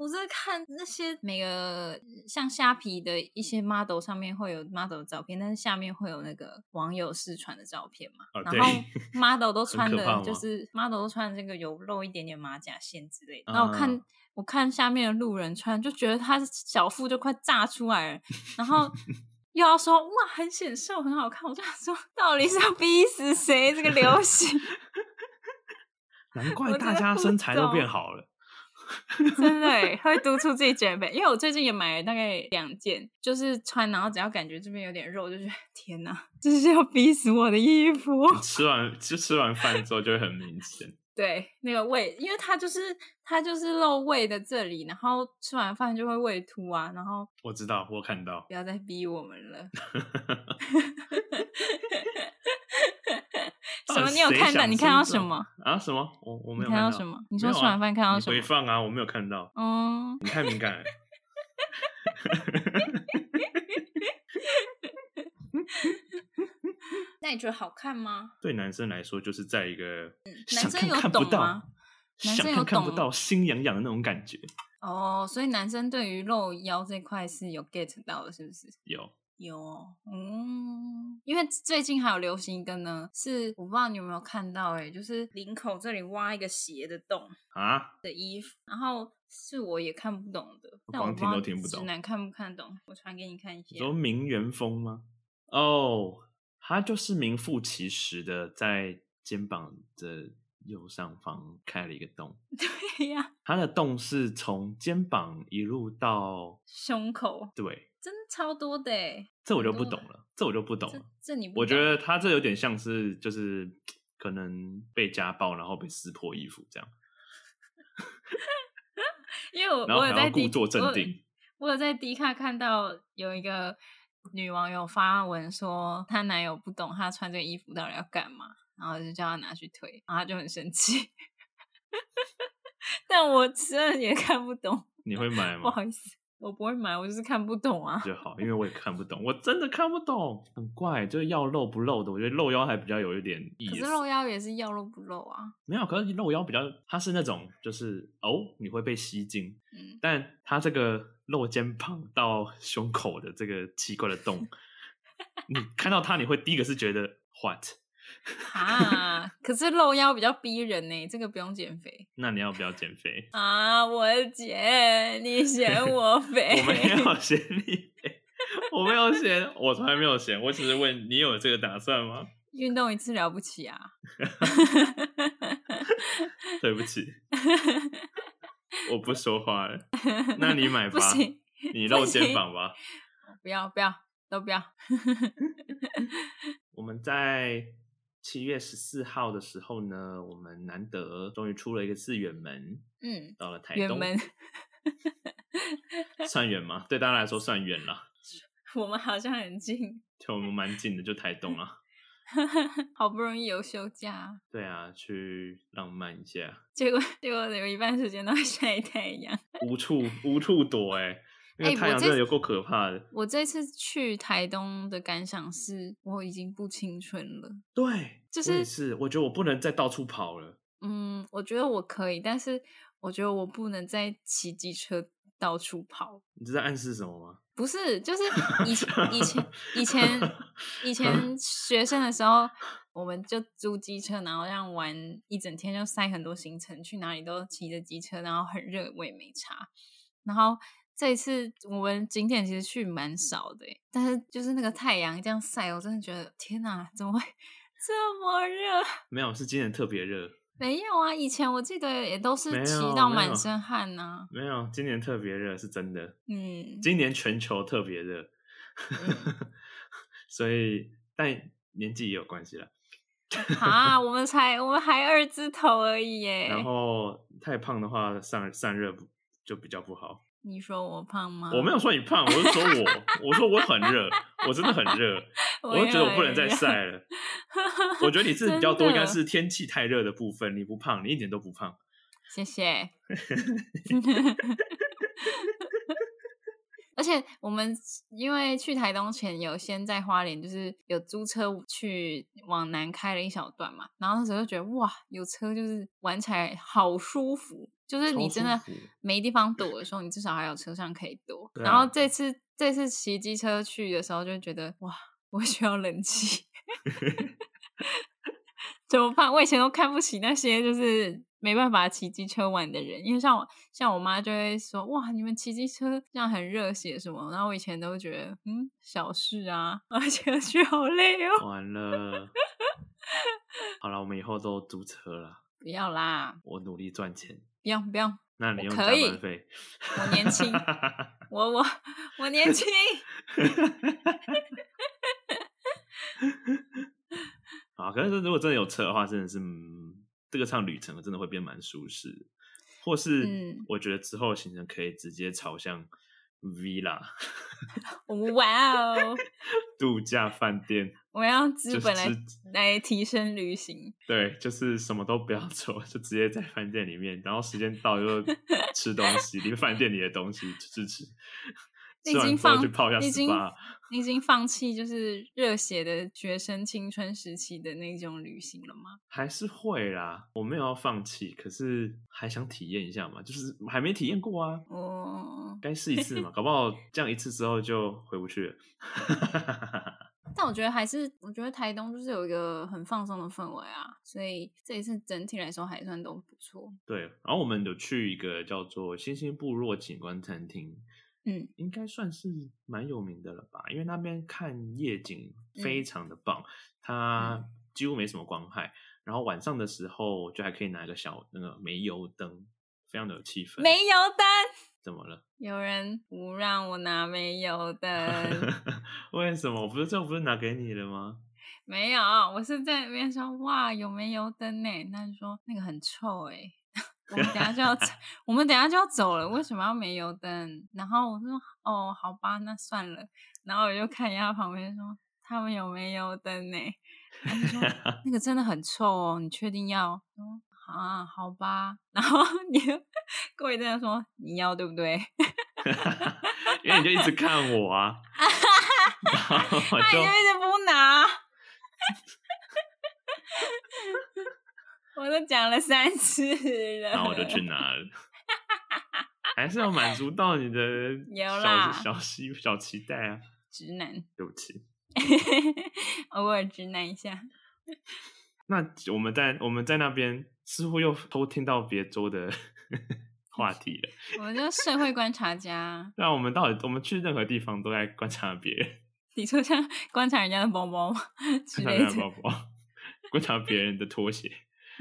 Speaker 2: 我在看那些每个像虾皮的一些 model 上面会有 model 的照片，但是下面会有那个网友试穿的照片嘛。
Speaker 1: 哦对
Speaker 2: 然 后 model 都穿
Speaker 1: 很可怕
Speaker 2: 的
Speaker 1: 吗
Speaker 2: 就是 model 都穿这个有露一点点马甲线之类的。
Speaker 1: 嗯
Speaker 2: 然后我看我看下面的路人穿，就觉得他小腹就快炸出来 了，然后又要说哇很显瘦很好看，我就想说到底是要逼死谁这个流行？
Speaker 1: 难怪
Speaker 2: 我
Speaker 1: 大
Speaker 2: 真的
Speaker 1: 家
Speaker 2: 不
Speaker 1: 身材都
Speaker 2: 懂
Speaker 1: 变好了。
Speaker 2: 真的欸， 会督促自己减肥。因为我最近也买了大概两件，就是穿，然后只要感觉这边有点肉，我就觉得天哪，这是要逼死我的衣服。
Speaker 1: 你吃完 就吃完饭之后就会很明显。
Speaker 2: 对，那个胃，因为它就是它就是露胃的这里，然后吃完饭就会胃凸啊，然后
Speaker 1: 我知道，我看到
Speaker 2: 不要再逼我们了。 什么？你有
Speaker 1: 到底谁
Speaker 2: 看到？
Speaker 1: 想
Speaker 2: 你看到
Speaker 1: 知道
Speaker 2: 什么？
Speaker 1: 啊？什么？我我没
Speaker 2: 你
Speaker 1: 有
Speaker 2: 看
Speaker 1: 到
Speaker 2: 到什？么？你说
Speaker 1: 没有
Speaker 2: 吃
Speaker 1: 啊
Speaker 2: 完饭看到
Speaker 1: 你
Speaker 2: 什么
Speaker 1: 回？放啊，我没有看到，
Speaker 2: 嗯，
Speaker 1: 你太敏感了。
Speaker 2: 那你觉得好看吗？
Speaker 1: 对男生来说，就是在一个想
Speaker 2: 嗯男生
Speaker 1: 看
Speaker 2: 有
Speaker 1: 看不
Speaker 2: 懂
Speaker 1: 到
Speaker 2: 吗，？男
Speaker 1: 想
Speaker 2: 生
Speaker 1: 看
Speaker 2: 有
Speaker 1: 看不
Speaker 2: 懂
Speaker 1: 到，心痒痒的那种感觉。
Speaker 2: 哦，所以男生对于露腰这块是有 get 到的，是不是？
Speaker 1: 有，
Speaker 2: 有哦，嗯，因为最近还有流行一个呢，是我不知道你有没有看到、欸，就是领口这里挖一个斜的洞，
Speaker 1: 啊，
Speaker 2: 然后是我也看不懂的，
Speaker 1: 我
Speaker 2: 但我
Speaker 1: 光
Speaker 2: 不知
Speaker 1: 听都
Speaker 2: 道
Speaker 1: 听不
Speaker 2: 直
Speaker 1: 懂
Speaker 2: 男看不看懂，我传给你看一
Speaker 1: 你
Speaker 2: 下。
Speaker 1: 说名媛风吗？哦，它就是名副其实的在肩膀的右上方开了一个洞，
Speaker 2: 对 呀、
Speaker 1: 它的洞是从肩膀一路到
Speaker 2: 胸口
Speaker 1: 对，
Speaker 2: 真的超多的、欸，
Speaker 1: 这我就
Speaker 2: 很
Speaker 1: 不
Speaker 2: 多
Speaker 1: 懂了，这我就不懂
Speaker 2: 这
Speaker 1: 了。
Speaker 2: 这你不
Speaker 1: 我觉
Speaker 2: 懂
Speaker 1: 得他这有点像是就是可能被家暴，然后被撕破衣服这样，
Speaker 2: 因为我
Speaker 1: 然后
Speaker 2: 我
Speaker 1: 还
Speaker 2: 有在
Speaker 1: 要故
Speaker 2: 迪
Speaker 1: 作
Speaker 2: 我
Speaker 1: 镇
Speaker 2: 有
Speaker 1: 定。
Speaker 2: 我有在迪卡看到有一个女网友发文说，她男友不懂她穿这个衣服到底要干嘛，然后就叫她拿去退，然后她就很生气。 但我真的也看不懂，
Speaker 1: 你会买
Speaker 2: 不
Speaker 1: 吗？
Speaker 2: 好意思，我不会买，我就是看不懂啊。
Speaker 1: 就好，因为我也看不懂，我真的看不懂，很怪，就是要露不露的，我觉得露腰还比较有一点意
Speaker 2: 可是
Speaker 1: 思。
Speaker 2: 露腰也是要露不露啊，
Speaker 1: 没有，可是露腰比较，它是那种就是哦，你会被吸睛，
Speaker 2: 嗯，
Speaker 1: 但它这个露肩膀到胸口的这个奇怪的 洞，你看到它，你会第一个是觉得 what？
Speaker 2: 啊，可是露腰比较逼人呢、这个不用减肥
Speaker 1: 那你要不要减肥？
Speaker 2: 啊，我的姐，你嫌我肥？
Speaker 1: 我没有嫌你肥，我没有嫌，我从来没有嫌，我只是问你有这个打算吗？
Speaker 2: 运动一次了不起啊！
Speaker 1: 对不 起，我不说话了。那你买吧
Speaker 2: 不，行，
Speaker 1: 你
Speaker 2: 不
Speaker 1: 露肩
Speaker 2: 行
Speaker 1: 膀吧。
Speaker 2: 不要不要都不要。
Speaker 1: 我们在七月十四号的时候呢，我们难得终于出了一个次远门，
Speaker 2: 嗯，
Speaker 1: 到了台
Speaker 2: 远
Speaker 1: 东，
Speaker 2: 门，
Speaker 1: 算远吗？对大家来说算远了，
Speaker 2: 我们好像很近，
Speaker 1: 就我们蛮近的，就台东啊。
Speaker 2: 好不容易有休假，
Speaker 1: 对啊，去浪漫一下，
Speaker 2: 结果结果有一半时间都在晒太阳。
Speaker 1: 无处无处躲哎、那
Speaker 2: 哎
Speaker 1: 个太
Speaker 2: 我
Speaker 1: 阳
Speaker 2: 这
Speaker 1: 真的有够可怕的。
Speaker 2: 我这次去台东的感想是，我已经不青春了。
Speaker 1: 对，
Speaker 2: 就
Speaker 1: 我也
Speaker 2: 是
Speaker 1: 是，我觉得我不能再到处跑了。
Speaker 2: 嗯，我觉得我可以，但是我觉得我不能再骑机车到处跑。
Speaker 1: 你这在暗示什么吗？
Speaker 2: 不是，就是以前以前以前以前学生的时候，我们就租机车，然后让玩一整天，就塞很多行程，去哪里都骑着机车，然后很热，我也没差。然后这一次我们景点其实去蛮少的耶，但是就是那个太阳这样晒，我真的觉得天哪，怎么会 这么热？
Speaker 1: 没有，是今年特别热，
Speaker 2: 没有啊，以前我记得也都是
Speaker 1: 没
Speaker 2: 骑
Speaker 1: 有
Speaker 2: 到
Speaker 1: 没
Speaker 2: 满
Speaker 1: 有
Speaker 2: 身汗呐、
Speaker 1: 没有，今年特别热是真的，
Speaker 2: 嗯，
Speaker 1: 今年全球特别热， 所以但年纪也有关系了。
Speaker 2: 啊，我们才我们还二字头而已耶。
Speaker 1: 然后太胖的话，散散热不就比较不好。
Speaker 2: 你说我胖吗？
Speaker 1: 我没有说你胖，我是说我，我说我很热，我真的很热，
Speaker 2: 我
Speaker 1: 我就
Speaker 2: 也
Speaker 1: 觉得我不
Speaker 2: 很
Speaker 1: 能再
Speaker 2: 热。
Speaker 1: 晒了。我觉得你是比较
Speaker 2: 真
Speaker 1: 多，应
Speaker 2: 的
Speaker 1: 该是天气太热的部分。你不胖，你一点都不胖。
Speaker 2: 谢 谢。而且我们因为去台东前有先在花莲，就是有租车去往南开了一小段嘛，然后那时候就觉得哇，有车就是玩起来好舒服，就是你
Speaker 1: 超
Speaker 2: 真
Speaker 1: 舒
Speaker 2: 的
Speaker 1: 服
Speaker 2: 没地方躲的时候，你至少还有车上可以躲。
Speaker 1: 对
Speaker 2: 然后
Speaker 1: 啊
Speaker 2: 这次这次骑机车去的时候，就觉得哇，我需要冷气。怎么办？我以前都看不起那些就是没办法骑机车玩的人，因为像我像我妈就会说：“哇，你们骑机车这样很热血什么。”然后我以前都觉得嗯小事啊， 而且去好累哦，
Speaker 1: 完了，好了，我们以后都租车了，
Speaker 2: 不要啦，
Speaker 1: 我努力赚钱。
Speaker 2: 不要不要，
Speaker 1: 那你用加
Speaker 2: 可以
Speaker 1: 班费？
Speaker 2: 我年 轻我我我年轻，
Speaker 1: 啊，可是如果真的有车的话，真的是、嗯、这个趟旅程真的会变蛮舒适的，或是
Speaker 2: 嗯
Speaker 1: 我觉得之后的行程可以直接朝向 villa
Speaker 2: 哇哦，
Speaker 1: 度假饭店，
Speaker 2: 我要
Speaker 1: 就
Speaker 2: 资
Speaker 1: 是
Speaker 2: 本来
Speaker 1: 直
Speaker 2: 来提升旅行，
Speaker 1: 对，就是什么都不要做，就直接在饭店里面，然后时间到 就吃东西，你饭店里的东西吃吃吃，
Speaker 2: 你
Speaker 1: 吃
Speaker 2: 已
Speaker 1: 完
Speaker 2: 经
Speaker 1: 之后
Speaker 2: 放
Speaker 1: 去泡一下
Speaker 2: 你已经
Speaker 1: SPA，
Speaker 2: 你已经放弃就是热血的学生青春时期的那种旅行了吗？
Speaker 1: 还是会啦，我没有要放弃，可是还想体验一下嘛，就是还没体验过啊，
Speaker 2: 哦，
Speaker 1: 该试一次嘛，搞不好这样一次之后就回不去了。
Speaker 2: 但我觉得还是，我觉得台东就是有一个很放松的氛围啊，所以这一次整体来说还算都不错。
Speaker 1: 对，然后我们有去一个叫做星星部落景观餐厅，
Speaker 2: 嗯，
Speaker 1: 应该算是蛮有名的了吧，因为那边看夜景
Speaker 2: 嗯
Speaker 1: 非常的棒，它几乎没什么光害，然后晚上的时候就还可以拿一个小那个煤油灯，非常的有气氛。
Speaker 2: 煤油灯，
Speaker 1: 怎么了？
Speaker 2: 有人不让我拿煤油 灯，
Speaker 1: 为什么？我不是这不是拿给你了吗？
Speaker 2: 没有，我是在那边说哇有煤油灯呢、那就说那个很臭哎、 我们等一下就要走，我们等一下就要走了，为什么要煤油灯？然后我说哦，好吧，那算了。然后我就看一下旁边说他们有煤油灯呢、他们说那个真的很臭哦，你确定要？我说啊，好吧。 然后你就过一阵说你要对不对？
Speaker 1: 因为你就一直看我 啊，然后我
Speaker 2: 哎那你就
Speaker 1: 就
Speaker 2: 一直不拿。 我都讲了三次了，
Speaker 1: 然后我就去拿了， 还是要满足到你的
Speaker 2: 有
Speaker 1: 小
Speaker 2: 啦
Speaker 1: 小希小期待啊！
Speaker 2: 直男，
Speaker 1: 对不起，
Speaker 2: 偶尔直男一下。
Speaker 1: 那我们在我们在那边似乎又偷听到别州的 话题了。
Speaker 2: 我就社会观察家，
Speaker 1: 那我们到底我们去任何地方都在观察别人，
Speaker 2: 你说像观察人家的包包 吗之
Speaker 1: 观察
Speaker 2: 类
Speaker 1: 他的包
Speaker 2: 的？
Speaker 1: 包，观察别人的拖鞋，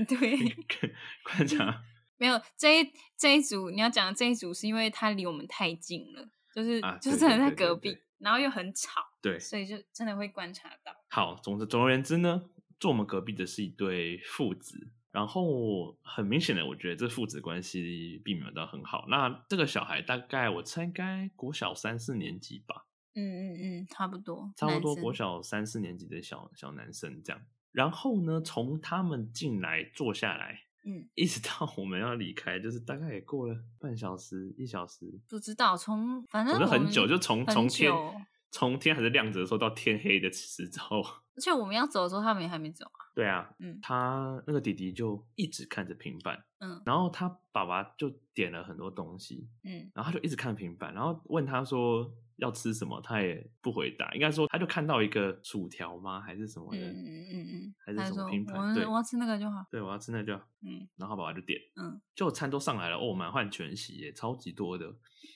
Speaker 2: 对，
Speaker 1: 观察
Speaker 2: 没有这一这一组你要讲的这一组是因为它离我们太近了，就是、
Speaker 1: 啊
Speaker 2: 就
Speaker 1: 对
Speaker 2: 真的
Speaker 1: 对
Speaker 2: 在
Speaker 1: 对对
Speaker 2: 隔壁
Speaker 1: 对，
Speaker 2: 然后又很吵，
Speaker 1: 对。
Speaker 2: 所以就真的会观察到。
Speaker 1: 好，总之总而言之呢，坐我们隔壁的是一对父子，然后很明显的，我觉得这父子关系并没有到很好。那这个小孩大概我猜应该国小三四年级吧，
Speaker 2: 嗯嗯嗯，差不多，
Speaker 1: 差不
Speaker 2: 男
Speaker 1: 多
Speaker 2: 生
Speaker 1: 国小三四年级的小小男生这样。然后呢，从他们进来坐下来，
Speaker 2: 嗯，
Speaker 1: 一直到我们要离开，就是大概也过了半小时、一小时，
Speaker 2: 不知道从反正
Speaker 1: 反正
Speaker 2: 我
Speaker 1: 很
Speaker 2: 们
Speaker 1: 久，就从
Speaker 2: 很
Speaker 1: 从天
Speaker 2: 久
Speaker 1: 从天还是亮着的时候到天黑的时候。
Speaker 2: 而且我们要走的时候，他们也还没走啊。
Speaker 1: 对啊，
Speaker 2: 嗯
Speaker 1: 他那个弟弟就一直看着平板，
Speaker 2: 嗯
Speaker 1: 然后他爸爸就点了很多东西，
Speaker 2: 嗯
Speaker 1: 然后他就一直看平板，然后问他说：“要吃什么，他也不回答。应该说，他就看到一个薯条吗，还是什么
Speaker 2: 嗯
Speaker 1: 的，
Speaker 2: 嗯嗯
Speaker 1: 还
Speaker 2: 嗯，
Speaker 1: 是
Speaker 2: 他
Speaker 1: 什
Speaker 2: 就说
Speaker 1: 么拼盘？对
Speaker 2: 我我要吃那个就好，
Speaker 1: 对，我要吃那个就好。
Speaker 2: 嗯
Speaker 1: 然后爸爸就点，
Speaker 2: 嗯，
Speaker 1: 就餐都上来了，哦，满汉全席耶，超级多的。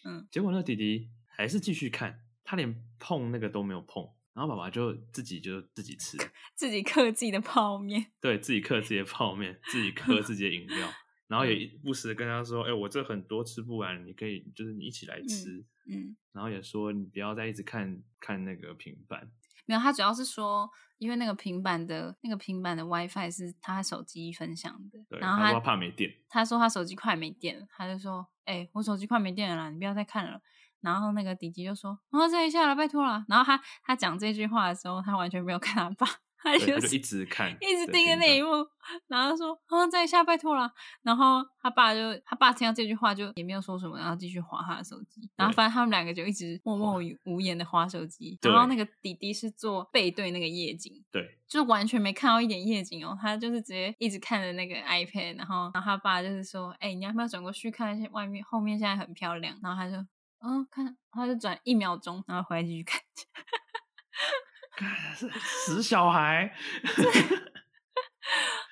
Speaker 2: 嗯，
Speaker 1: 结果那弟弟还是继续看，他连碰那个都没有碰，然后爸爸就自己就自己吃，
Speaker 2: 自己刻自己的泡面，
Speaker 1: 对自己嗑自己的泡面，自己喝自己的饮 料，然后也
Speaker 2: 嗯
Speaker 1: 不时地跟他说：“哎、我这很多吃不完，你可以就是你一起来吃。
Speaker 2: 嗯，
Speaker 1: 然后也说你不要再一直看看那个平板，
Speaker 2: 没有，他主要是说，因为那个平板的那个平板的 WiFi 是他手机分享的，
Speaker 1: 对，
Speaker 2: 然后
Speaker 1: 他
Speaker 2: 他
Speaker 1: 说他怕没电，
Speaker 2: 他说他手机快没电了，他就说：“哎、我手机快没电了啦，你不要再看了。”然后那个迪迪就说：“哦，再一下了，拜托了。”然后他他讲这句话的时候，他完全没有看他爸， 他
Speaker 1: 对，他
Speaker 2: 是
Speaker 1: 就一直看，
Speaker 2: 一直盯着那一
Speaker 1: 幕，
Speaker 2: 幕，然后说：“哦，再一下，拜托了。”然后他爸就他爸听到这句话就也没有说什么，然后继续划他的手机。然后
Speaker 1: 对
Speaker 2: 反正他们两个就一直默默无无言的划手机。
Speaker 1: 对
Speaker 2: 然后那个迪迪是坐背对那个夜景，
Speaker 1: 对，
Speaker 2: 就完全没看到一点夜景哦，他就是直接一直看着那个 iPad，然后然后他爸就是说：“哎、你要不要转过去看一下外面？后面现在很漂亮。”然后他就嗯看，他就转一秒钟，然后回来继续看。
Speaker 1: 干是死小 孩，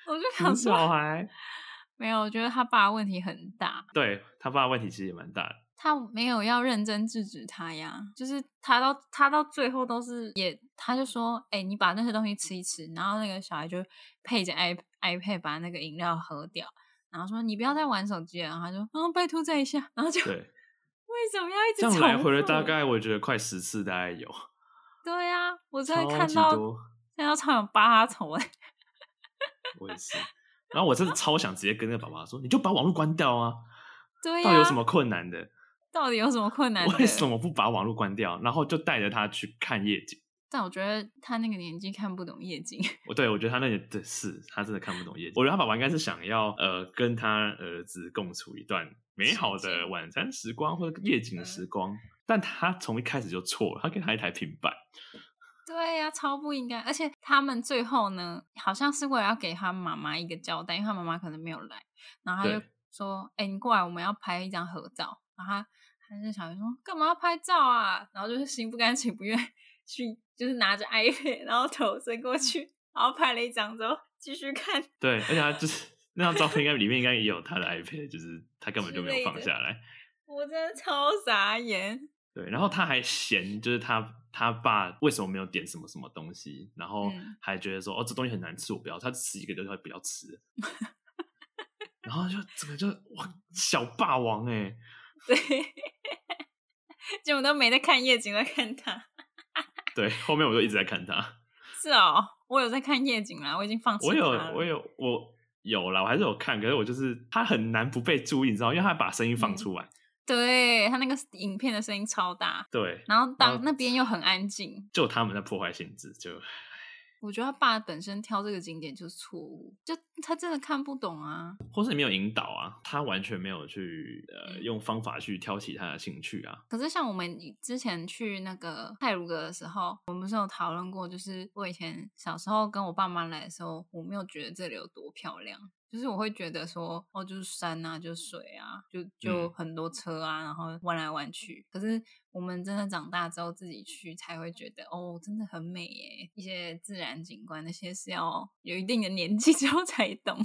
Speaker 2: 我就想
Speaker 1: 死小啊
Speaker 2: 说，
Speaker 1: 孩，
Speaker 2: 没有，我觉得他爸的问题很大。
Speaker 1: 对他爸问题其实也蛮大的，
Speaker 2: 他没有要认真制止他呀，就是他到他到最后都是也，他就说，哎、你把那些东西吃一吃，然后那个小孩就配着 i iPad 把那个饮料喝掉，然后说你不要再玩手机了，然后他就，嗯，拜托再一下，然后就
Speaker 1: 对，
Speaker 2: 为什么要一直
Speaker 1: 这样来回了大
Speaker 2: 重复
Speaker 1: 概我觉得快十次大概有，
Speaker 2: 对呀、我真的
Speaker 1: 超
Speaker 2: 看
Speaker 1: 级
Speaker 2: 到
Speaker 1: 多，
Speaker 2: 看到超想扒他头哎、
Speaker 1: 我也是。然后我真的超想直接跟那个爸爸说，你就把网络关掉啊，
Speaker 2: 对
Speaker 1: 到
Speaker 2: 呀、
Speaker 1: 底有什么困难的？
Speaker 2: 到底有什么困难 的？
Speaker 1: 为什么不把网络关掉？然后就带着他去看夜景。
Speaker 2: 但我觉得他那个年纪看不懂夜景，
Speaker 1: 我对我觉得他那里对是他真的看不懂夜景。我觉得他爸爸应该是想要呃跟他儿子共处一段美好
Speaker 2: 时
Speaker 1: 的
Speaker 2: 间嗯
Speaker 1: 晚餐时光或者夜景的时光，但他从一开始就错了，他给他一台平板。
Speaker 2: 对呀、超不应该！而且他们最后呢，好像是为了要给他妈妈一个交代，因为他妈妈可能没有来，然后他就
Speaker 1: 对
Speaker 2: 说：“哎、你过来，我们要拍一张合照。”然后他他就想说：“干嘛要拍照啊？”然后就是心不甘情不愿去，就是拿着 iPad，然后头伸
Speaker 1: 嗯
Speaker 2: 过去，然后拍了一张之后继续看。
Speaker 1: 对，而且他就是那张照片，应该里面应该也有他的 iPad，就是他根本就没有
Speaker 2: 之类
Speaker 1: 放
Speaker 2: 的
Speaker 1: 下来。
Speaker 2: 我真的超傻眼，
Speaker 1: 对，然后他还嫌就是他他爸为什么没有点什么什么东西，然后
Speaker 2: 嗯
Speaker 1: 还觉得说、哦这东西很难吃，我不要，他吃一个就说不要吃 了，然后就整个就哇小霸王哎、
Speaker 2: 对，结果都没在看夜景，在看他。
Speaker 1: 对，后面我就一直在看他，
Speaker 2: 是哦，我有在看夜景啦，我已经放弃
Speaker 1: 我有
Speaker 2: 他了
Speaker 1: 我有我有啦，我还是有看，可是我就是他很难不被注意，你知道，因为他把声音放
Speaker 2: 嗯
Speaker 1: 出来，
Speaker 2: 对他那个影片的声音超大，
Speaker 1: 对，
Speaker 2: 然后
Speaker 1: 然
Speaker 2: 当
Speaker 1: 后
Speaker 2: 那边又很安静，
Speaker 1: 就他们在破坏性质，就
Speaker 2: 我觉得他爸本身挑这个景点就是错误，就他真的看不懂啊。
Speaker 1: 或是你没有引导啊，他完全没有去呃
Speaker 2: 嗯
Speaker 1: 用方法去挑起他的兴趣啊，
Speaker 2: 可是像我们之前去那个泰鲁阁的时候，我们不是有讨论过，就是我以前小时候跟我爸妈来的时候，我没有觉得这里有多漂亮，就是我会觉得说，哦，就是山啊，就是水啊，就就
Speaker 1: 嗯
Speaker 2: 很多车啊，然后弯来弯去。可是我们真的长大之后自己去，才会觉得哦，真的很美耶，一些自然景观那些是要有一定的年纪之后才懂。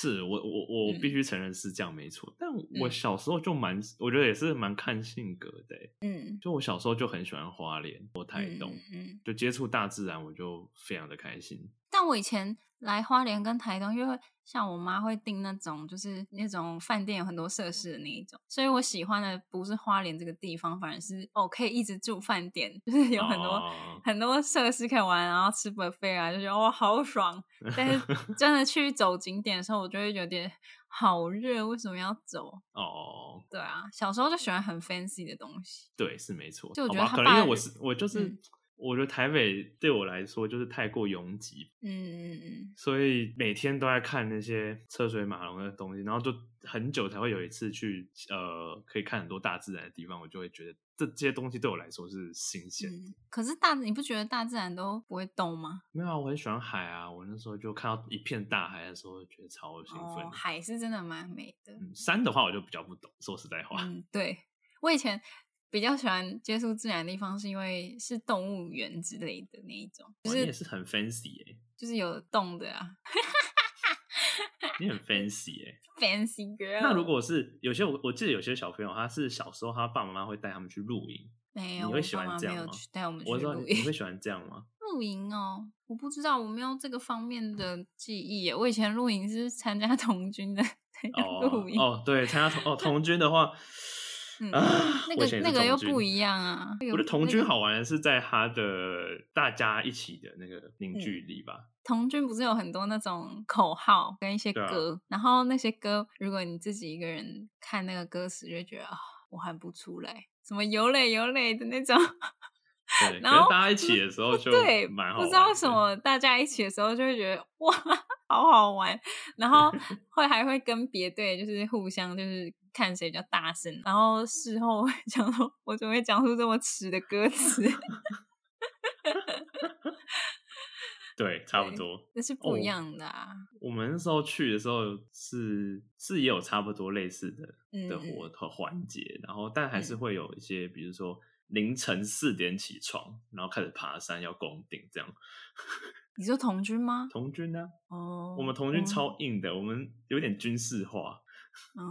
Speaker 1: 是我我我
Speaker 2: 嗯
Speaker 1: 必须承认是这样没错，但我
Speaker 2: 嗯
Speaker 1: 小时候就蛮，我觉得也是蛮看性格的欸、
Speaker 2: 嗯，
Speaker 1: 就我小时候就很喜欢花莲或台东，
Speaker 2: 嗯嗯嗯
Speaker 1: 就接触大自然，我就非常的开心。
Speaker 2: 但我以前来花莲跟台东，因为像我妈会订那种就是那种饭店有很多
Speaker 1: 嗯
Speaker 2: 设施的那一种，所以我喜欢的不是花莲这个地方，反而是哦可以一直住饭店，就是有很多、
Speaker 1: 哦
Speaker 2: 很多设施可以玩，然后吃 buffet 啊，就觉得哦 好爽。但是真的去走景点的时候，我就会有点好热，为什么要走？
Speaker 1: 哦，
Speaker 2: 对啊，小时候就喜欢很 fancy 的东西，
Speaker 1: 对，是没错。
Speaker 2: 就我
Speaker 1: 好
Speaker 2: 觉得
Speaker 1: 吧
Speaker 2: 他
Speaker 1: 可能因
Speaker 2: 爸
Speaker 1: 为我是我就是、
Speaker 2: 嗯
Speaker 1: 我觉得台北对我来说就是太过拥挤，
Speaker 2: 嗯嗯嗯，
Speaker 1: 所以每天都在看那些车水马龙的东西，然后就很久才会有一次去呃可以看很多大自然的地方，我就会觉得这这些东西对我来说是新鲜。
Speaker 2: 嗯。可是大，你不觉得大自然都不会动吗？
Speaker 1: 没有啊，我很喜欢海啊！我那时候就看到一片大海的时候，觉得超兴奋。嗯
Speaker 2: 哦，海是真的蛮美的。
Speaker 1: 嗯，山的话我就比较不懂，说实在话，
Speaker 2: 嗯，对我以前比较喜欢接触自然的地方，是因为是动物园之类的那一种，就
Speaker 1: 哇你
Speaker 2: 是
Speaker 1: 也是很 fancy 哎、
Speaker 2: 就是有动的啊
Speaker 1: 你很 fancy 哎、
Speaker 2: ，fancy girl。
Speaker 1: 那如果是有些我我记得有些小朋友，他是小时候他爸爸妈妈会带他们去露营，
Speaker 2: 没
Speaker 1: 你
Speaker 2: 有，
Speaker 1: 会
Speaker 2: 我
Speaker 1: 喜
Speaker 2: 爸
Speaker 1: 欢
Speaker 2: 妈
Speaker 1: 这
Speaker 2: 没
Speaker 1: 样
Speaker 2: 有
Speaker 1: 吗
Speaker 2: 去带我们去
Speaker 1: 我知道
Speaker 2: 露
Speaker 1: 你你会
Speaker 2: 营。
Speaker 1: 喜欢这样 吗？
Speaker 2: 露营哦，我不知道，我没有这个方面的记忆耶。我以前露营是参加 童军的，参加
Speaker 1: 哦
Speaker 2: 露营。
Speaker 1: 哦，对，参加同哦童军的话，
Speaker 2: 嗯
Speaker 1: 啊，
Speaker 2: 那
Speaker 1: 我以前
Speaker 2: 个
Speaker 1: 也
Speaker 2: 那
Speaker 1: 是
Speaker 2: 个
Speaker 1: 童
Speaker 2: 又
Speaker 1: 军
Speaker 2: 不一样啊。那个
Speaker 1: 我觉得童
Speaker 2: 那
Speaker 1: 军
Speaker 2: 个
Speaker 1: 好玩的是在他的大家一起的那个
Speaker 2: 嗯
Speaker 1: 凝聚力吧。
Speaker 2: 童军不是有很多那种口号跟一些
Speaker 1: 对啊
Speaker 2: 歌，然后那些歌，如果你自己一个人看那个歌词，就会觉得啊、我喊不出来，什么有嘞有嘞的那种。
Speaker 1: 对，可
Speaker 2: 然
Speaker 1: 能
Speaker 2: 后
Speaker 1: 大家一
Speaker 2: 不
Speaker 1: 起的时 候
Speaker 2: 不
Speaker 1: 就
Speaker 2: 对，
Speaker 1: 蛮好
Speaker 2: 不知道
Speaker 1: 玩
Speaker 2: 为什
Speaker 1: 的
Speaker 2: 么大家一起的时候就会觉得哇，好好玩，然后会还会跟别队就是互相就是看谁比较大声，然后事后会讲说，我怎么会讲出这么迟的歌词？
Speaker 1: 对，差不
Speaker 2: 对
Speaker 1: 多。
Speaker 2: 那是不
Speaker 1: 哦
Speaker 2: 一样的啊。
Speaker 1: 我们那时候去的时候是是也有差不多类似的
Speaker 2: 嗯
Speaker 1: 的
Speaker 2: 嗯
Speaker 1: 活和环节，然后但还是
Speaker 2: 嗯
Speaker 1: 会有一些，比如说凌晨四点起床，然后开始爬山要攻顶这样。
Speaker 2: 你说童军吗？
Speaker 1: 童军呢、
Speaker 2: 哦，
Speaker 1: 我们童军
Speaker 2: 哦
Speaker 1: 超硬的，我们有点军事化，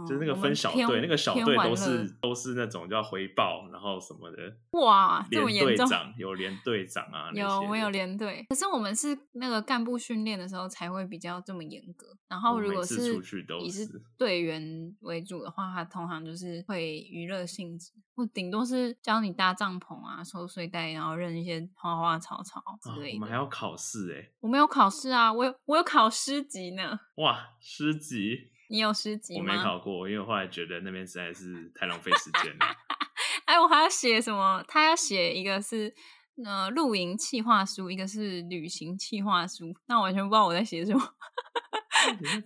Speaker 1: 就是那
Speaker 2: 嗯
Speaker 1: 个
Speaker 2: 我
Speaker 1: 分
Speaker 2: 们
Speaker 1: 小
Speaker 2: 偏
Speaker 1: 队，那个小
Speaker 2: 偏
Speaker 1: 队
Speaker 2: 玩
Speaker 1: 都
Speaker 2: 乐
Speaker 1: 是都是那种叫回报，然后什么的，
Speaker 2: 哇，这
Speaker 1: 连
Speaker 2: 么严
Speaker 1: 队
Speaker 2: 重。
Speaker 1: 长有连队长啊，那
Speaker 2: 有，
Speaker 1: 些
Speaker 2: 我有
Speaker 1: 的。
Speaker 2: 连队，可是我们是那个干部训练的时候才会比较这么严格。然
Speaker 1: 我
Speaker 2: 后
Speaker 1: 们
Speaker 2: 如
Speaker 1: 每
Speaker 2: 果
Speaker 1: 次
Speaker 2: 是
Speaker 1: 出去都
Speaker 2: 以
Speaker 1: 是
Speaker 2: 是队员为主的话，它通常就是会娱乐性质，或顶多是教你搭帐篷啊、收睡袋，然后认一些花花草草
Speaker 1: 啊
Speaker 2: 之，类
Speaker 1: 我
Speaker 2: 的。
Speaker 1: 们还要考试哎、
Speaker 2: 我没有考试啊，我有我有考诗集呢。
Speaker 1: 哇，诗集
Speaker 2: 你有诗集
Speaker 1: 我
Speaker 2: 吗？
Speaker 1: 没考过，因为我后来觉得那边实在是太浪费时间了。
Speaker 2: 哎，我还要写什么？他要写一个是呃露营企划书，一个是旅行企划书，那我完全不知道我在写什么。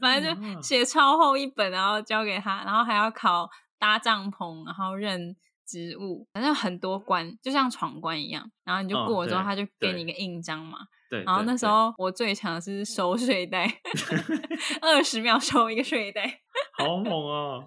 Speaker 2: 反正
Speaker 1: 嗯
Speaker 2: 就写超厚一本，然后交给他，然后还要考搭帐篷，然后认植物，反正很多关，就像闯关一样。然后你就
Speaker 1: 哦
Speaker 2: 过了之后，
Speaker 1: 对
Speaker 2: 他就
Speaker 1: 对
Speaker 2: 给你一个印章嘛。
Speaker 1: 对，
Speaker 2: 然后
Speaker 1: 对
Speaker 2: 那时
Speaker 1: 对
Speaker 2: 候我最强的是 收睡袋，二十秒收一个睡袋。
Speaker 1: 好猛哦！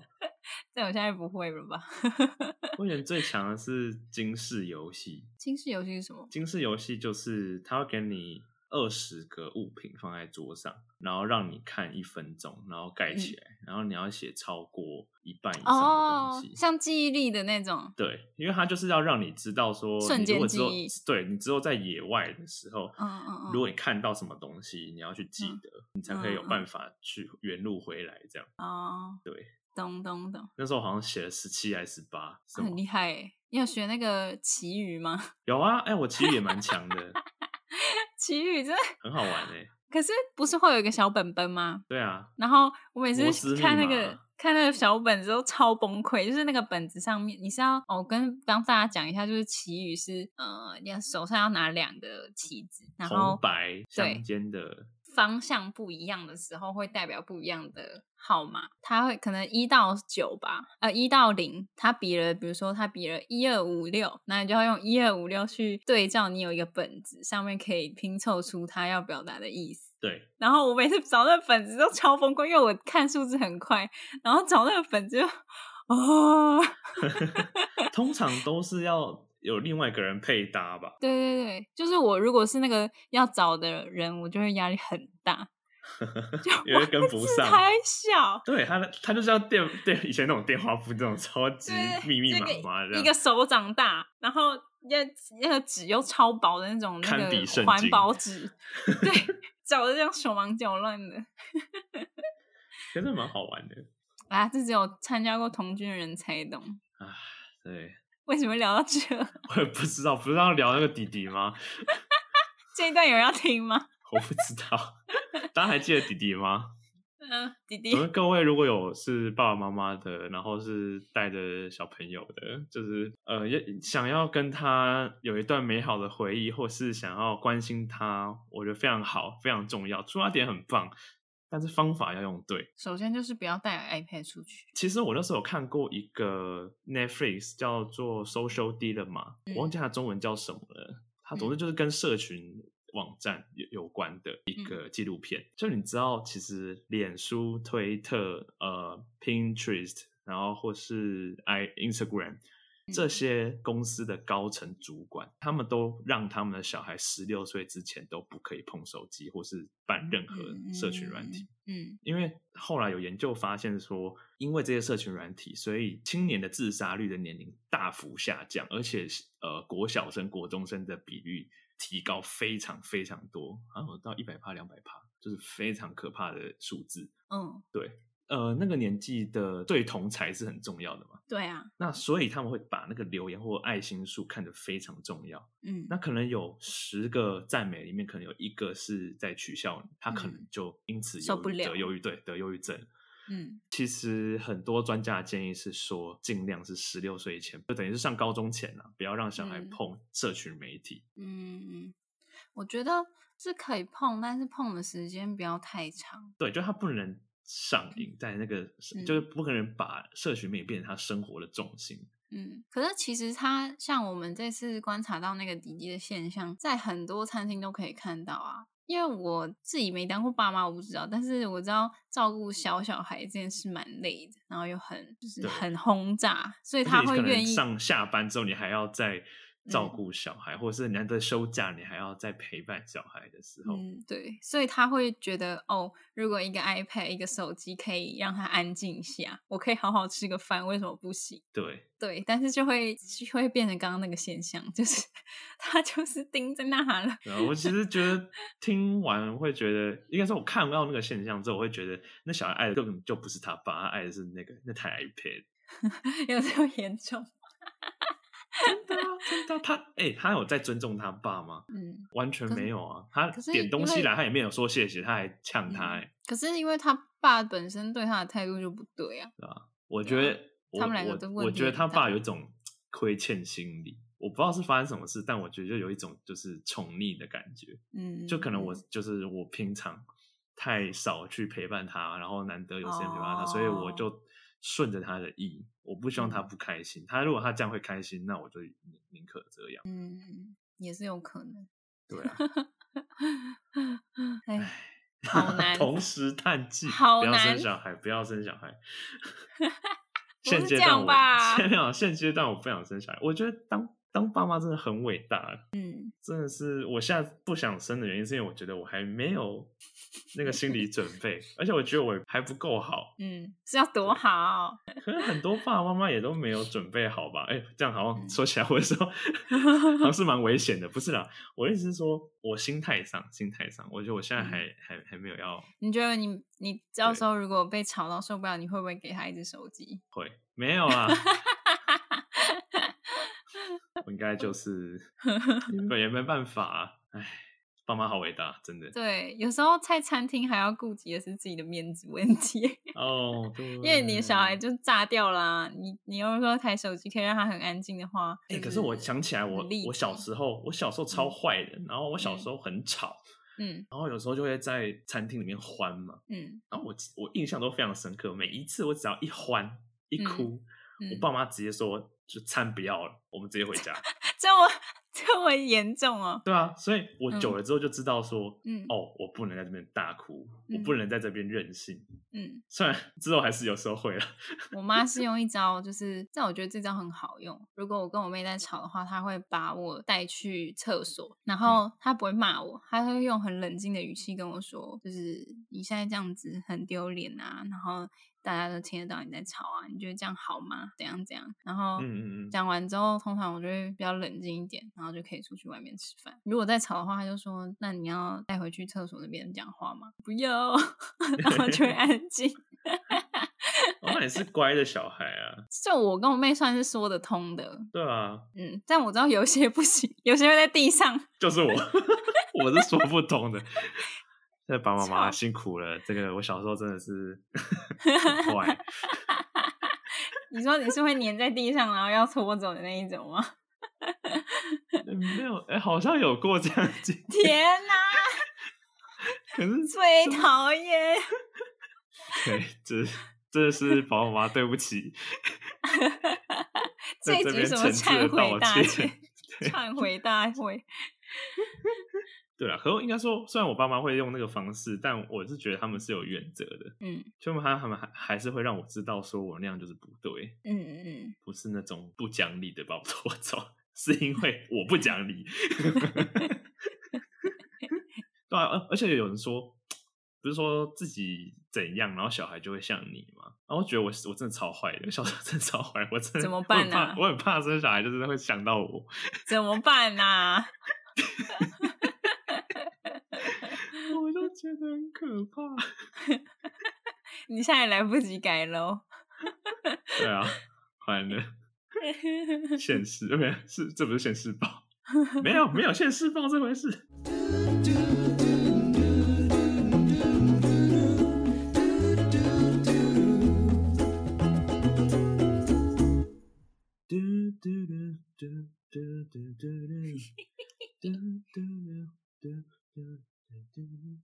Speaker 2: 这我现在不会了吧？
Speaker 1: 我以前最强的是金饰游戏，
Speaker 2: 金饰游戏是什么？
Speaker 1: 金饰游戏就是它会给你二十个物品放在桌上，然后让你看一分钟，然后盖
Speaker 2: 嗯
Speaker 1: 起来，然后你要写超过一半以上的
Speaker 2: 哦
Speaker 1: 嗯东西。，
Speaker 2: 像记忆力的那种。
Speaker 1: 对，因为它就是要让你知道说，
Speaker 2: 瞬
Speaker 1: 你如
Speaker 2: 间
Speaker 1: 果之后
Speaker 2: 记忆
Speaker 1: 对你之后在野外的时候，
Speaker 2: 嗯嗯嗯
Speaker 1: 如果你看到什么东西，你要去记
Speaker 2: 嗯
Speaker 1: 得，你才可以有
Speaker 2: 嗯嗯
Speaker 1: 办法去原路回来。这样，
Speaker 2: 哦，
Speaker 1: 对，
Speaker 2: 懂懂懂，
Speaker 1: 那时候好像写了十七还是十八，什
Speaker 2: 很
Speaker 1: 么？
Speaker 2: 厉害耶。你有学那个旗语吗？
Speaker 1: 有啊，哎、我其实也蛮强的，
Speaker 2: 旗语真的，
Speaker 1: 很好玩哎、
Speaker 2: 可是不是会有一个小本本吗？
Speaker 1: 对啊，
Speaker 2: 然后我每
Speaker 1: 摩斯
Speaker 2: 次
Speaker 1: 密
Speaker 2: 看那
Speaker 1: 码啊
Speaker 2: 个看那个小本子都超崩溃，就是那个本子上面你是要哦，我跟帮大家讲一下，就是旗语是呃，你要手上要拿两个旗子， 然
Speaker 1: 红
Speaker 2: 后
Speaker 1: 白相
Speaker 2: 对
Speaker 1: 间的，
Speaker 2: 方向不一样的时候会代表不一样的号码，它会可能一到九吧，呃一到零，它比了，比如说它比了一二五六，那你就要用一二五六去对照，你有一个本子上面可以拼凑出它要表达的意思。
Speaker 1: 对，
Speaker 2: 然后我每次找那个本子都超崩溃，因为我看数字很快，然后找那个本子就哦，
Speaker 1: 通常都是要有另外一个人配搭吧。
Speaker 2: 对对对，就是我如果是那个要找的人，我就会压力很 大，就
Speaker 1: 因为
Speaker 2: 哇
Speaker 1: 跟
Speaker 2: 那
Speaker 1: 不
Speaker 2: 字
Speaker 1: 上
Speaker 2: 太小，
Speaker 1: 对他，他就像电电以前那种电话簿这种 超级
Speaker 2: 对
Speaker 1: 密密
Speaker 2: 这
Speaker 1: 麻
Speaker 2: 个
Speaker 1: 麻的这
Speaker 2: 一
Speaker 1: 样
Speaker 2: 个手掌大，然后那那个纸又超薄的那种那
Speaker 1: 堪比圣
Speaker 2: 个环
Speaker 1: 经
Speaker 2: 保纸，对，找的这样手忙脚乱的。
Speaker 1: 可是蛮好玩的
Speaker 2: 啊，这只有参加过童军的人才懂。
Speaker 1: 啊。对，
Speaker 2: 为什么聊到这？
Speaker 1: 我也不知道，不是要聊那个弟弟吗？
Speaker 2: 这一段有人要听吗？
Speaker 1: 我不知道， 大家还记得弟弟吗？
Speaker 2: 嗯、弟弟
Speaker 1: 我，们各位如果有是爸爸妈妈的，然后是带着小朋友的，就是呃，要想要跟他有一段美好的回忆，或是想要关心他，我觉得非常好，非常重要，出发点很棒，但是方法要用对。
Speaker 2: 首先就是不要带 iPad 出去。
Speaker 1: 其实我那时候有看过一个 Netflix 叫做 Social Dilemma，、我忘记它中文叫什么了。它总之就是跟社群网站有有关的一个纪录片。就你知道，其实脸书、推特、呃 Pinterest，然后或是 i Instagram，这些公司的高层主管，他们都让他们的小孩十六岁之前都不可以碰手机或是办任何社群软体。
Speaker 2: 嗯
Speaker 1: 因为后来有研究发现说，因为这些社群软体，所以青年的自杀率的年龄大幅下降，而且呃，国小生、国中生的比率提高非常非常多，好像有到一百帕、两百帕，就是非常可怕的数字。
Speaker 2: 嗯，
Speaker 1: 呃，那个年纪的对同才是很重要的嘛，
Speaker 2: 对啊，
Speaker 1: 那所以他们会把那个留言或爱心数看得非常重要。
Speaker 2: 嗯
Speaker 1: 那可能有十个赞美里面，可能有一个是在取笑你，他可能
Speaker 2: 嗯
Speaker 1: 就因此
Speaker 2: 受
Speaker 1: 忧郁
Speaker 2: 不了
Speaker 1: 得忧郁对得忧郁症。
Speaker 2: 嗯
Speaker 1: 其实很多专家的建议是说，尽量是十六岁以前，就等于是上高中前啊，不要让小孩
Speaker 2: 嗯
Speaker 1: 碰社群媒体。
Speaker 2: 嗯嗯，我觉得是可以碰，但是碰的时间不要太长。
Speaker 1: 对，就他不能上瘾，在那个、
Speaker 2: 嗯
Speaker 1: 就是不可能把社群媒体变成他生活的重心。
Speaker 2: 嗯，可是其实他像我们这次观察到那个滴滴的现象，在很多餐厅都可以看到啊。因为我自己没当过爸妈，我不知道，但是我知道照顾小小孩这件事蛮累的，然后又很就是
Speaker 1: 对
Speaker 2: 很轰炸，所以
Speaker 1: 而
Speaker 2: 他
Speaker 1: 且
Speaker 2: 会
Speaker 1: 可能
Speaker 2: 愿意
Speaker 1: 上下班之后，你还要再照
Speaker 2: 嗯
Speaker 1: 顾小孩，或者是难得休假，你还要再陪伴小孩的时候，
Speaker 2: 嗯，对，所以他会觉得哦，如果一个 iPad、一个手机可以让他安静一下，我可以好好吃个饭，为什么不行？
Speaker 1: 对，
Speaker 2: 对，但是就会就会变成刚刚那个现象，就是 他就是盯在那了。
Speaker 1: 然后我其实觉得听完会觉得，应该说我看到那个现象之后，我会觉得那小孩爱的根本就不是他爸，他爱的是那个那台 iPad。
Speaker 2: 有这么严重？
Speaker 1: 对啊，真的啊，他哎、他有在尊重他爸吗？
Speaker 2: 嗯，
Speaker 1: 完全没有啊！他
Speaker 2: 可是
Speaker 1: 点东西
Speaker 2: 因为
Speaker 1: 来，他也没有说谢谢，他还呛他、
Speaker 2: 嗯
Speaker 1: 欸。
Speaker 2: 可是因为他爸本身对他的态度就不对啊。
Speaker 1: 我觉得我
Speaker 2: 他们两个的
Speaker 1: 我
Speaker 2: 问
Speaker 1: 我
Speaker 2: 题
Speaker 1: 觉得
Speaker 2: 很
Speaker 1: 他爸
Speaker 2: 大
Speaker 1: 有一种亏欠心理，我不知道是发生什么事，但我觉得就有一种就是宠溺的感觉。
Speaker 2: 嗯，
Speaker 1: 就可能我就是我平常太少去陪伴他，然后难得有时间陪伴他，所以我
Speaker 2: 哦嗯
Speaker 1: 就顺着他的意，我不希望他不开心。他如果他这样会开心，那我就宁宁可这样。
Speaker 2: 嗯也是有可能。
Speaker 1: 对啊，
Speaker 2: 哎， 好难
Speaker 1: 同时叹气，
Speaker 2: 好
Speaker 1: 不要生
Speaker 2: 难
Speaker 1: 小孩，不要生小孩。
Speaker 2: 不
Speaker 1: 现
Speaker 2: 是
Speaker 1: 阶
Speaker 2: 这
Speaker 1: 段
Speaker 2: 样
Speaker 1: 我
Speaker 2: 吧
Speaker 1: 现没有现阶段我不想生小孩，我觉得当当爸妈真的很伟大，啊
Speaker 2: 嗯，
Speaker 1: 真的是我现在不想生的原因，是因为我觉得我还没 有那个心理准备，而且我觉得我还不够好。
Speaker 2: 嗯，是要多好？
Speaker 1: 可是很多爸爸妈妈也都没有准备好吧？哎、这样好像
Speaker 2: 嗯
Speaker 1: 说起来，我 说好像是蛮危险的，不是啦？我的意思是说，我心态上，心态上，我觉得我现在还、
Speaker 2: 嗯
Speaker 1: 还还没有要
Speaker 2: 你觉得你你到
Speaker 1: 对
Speaker 2: 时候如果被吵到受不了，你会不会给他一只手机？
Speaker 1: 会，没有啊啦，我应 该就是
Speaker 2: 嗯
Speaker 1: 对也没办法、啊，哎，爸妈好伟大，真的
Speaker 2: 对，有时候在餐厅还要顾及的是自己的面子问题，
Speaker 1: 哦，对，因
Speaker 2: 因为你的小孩。就炸掉啦。你你又说台手机可以让他很安静的话，
Speaker 1: 哎、
Speaker 2: 就
Speaker 1: 可是我想起来我，
Speaker 2: 很嗯
Speaker 1: 我
Speaker 2: 利己
Speaker 1: 小时候，我小时候超坏的，然后我小时候很吵，
Speaker 2: 嗯
Speaker 1: 然后有时候就会在餐厅里面欢嘛，
Speaker 2: 嗯
Speaker 1: 然后我记我印象都非常深刻，每一次我只要一欢一哭，
Speaker 2: 嗯，
Speaker 1: 我爸妈直接说就餐不要了，我们直接回家。
Speaker 2: 这么 这么严重哦。
Speaker 1: 对啊，所以我久了之后就知道说，
Speaker 2: 嗯
Speaker 1: 哦，我不能在这边大哭，
Speaker 2: 嗯
Speaker 1: 我不能在这边任性。
Speaker 2: 嗯，
Speaker 1: 虽然之后还是有时候会了，
Speaker 2: 我妈是用一招，就是但我觉得这招很好用。如果我跟我妹在吵的话，她会把我带去厕所，然后她不会骂我，她会用很冷静的语气跟我说，就是你现在这样子很丢脸啊，然后大家都听得到你在吵啊，你觉得这样好吗？怎样怎样？然后
Speaker 1: 嗯嗯嗯
Speaker 2: 讲完之后，通常我就会比较冷静一点，然后就可以出去外面吃饭。如果再吵的话，他就说：“那你要带回去厕所那边讲话吗？”不要， 然后就会安静。
Speaker 1: 我妈也是乖的小孩啊，
Speaker 2: 这我跟我妹算是说得通的，
Speaker 1: 对啊，
Speaker 2: 嗯，但我知道有些不行， 有些会在地上。
Speaker 1: 就是 我，我是说不通的。这爸爸妈妈
Speaker 2: 操
Speaker 1: 辛苦了，这个我小时候真的 是很坏。
Speaker 2: 你说你是会粘在地上，然后要拖走的那一种吗？
Speaker 1: 没有，哎、好像有过这样的经历，
Speaker 2: 天哪，
Speaker 1: 可是
Speaker 2: 最讨厌！
Speaker 1: 对，这这是宝宝妈，对不 起，
Speaker 2: 这
Speaker 1: 在
Speaker 2: 一
Speaker 1: 这
Speaker 2: 集
Speaker 1: 边
Speaker 2: 什么
Speaker 1: 诚挚
Speaker 2: 忏
Speaker 1: 的
Speaker 2: 悔
Speaker 1: 道
Speaker 2: 大
Speaker 1: 歉
Speaker 2: 全。？忏悔大会。
Speaker 1: 对啦，可应该说，虽然我爸妈会用那个方式，但我是觉得他们是有原则的，
Speaker 2: 嗯
Speaker 1: 就他他们还还是会让我知道，说我那样就是不对，
Speaker 2: 嗯嗯
Speaker 1: 不是那种不讲理的把我拖走，是因为我不讲理。对啊，而而且有人说，不是说自己怎样，然后小孩就会像你嘛？然后我觉得我我真的超坏的，小时候真的超坏，我真的
Speaker 2: 怎么办
Speaker 1: 呢、
Speaker 2: 啊
Speaker 1: 我很怕生小孩，就真的会想到我。
Speaker 2: 嗯，怎么办呐、
Speaker 1: 我就觉得很可怕。
Speaker 2: 你现在来不及改喽。
Speaker 1: 对啊，完了， 现世没有是这不是现世报，没有没有现世报这回事。嘟嘟嘟嘟嘟嘟嘟嘟嘟嘟嘟嘟嘟。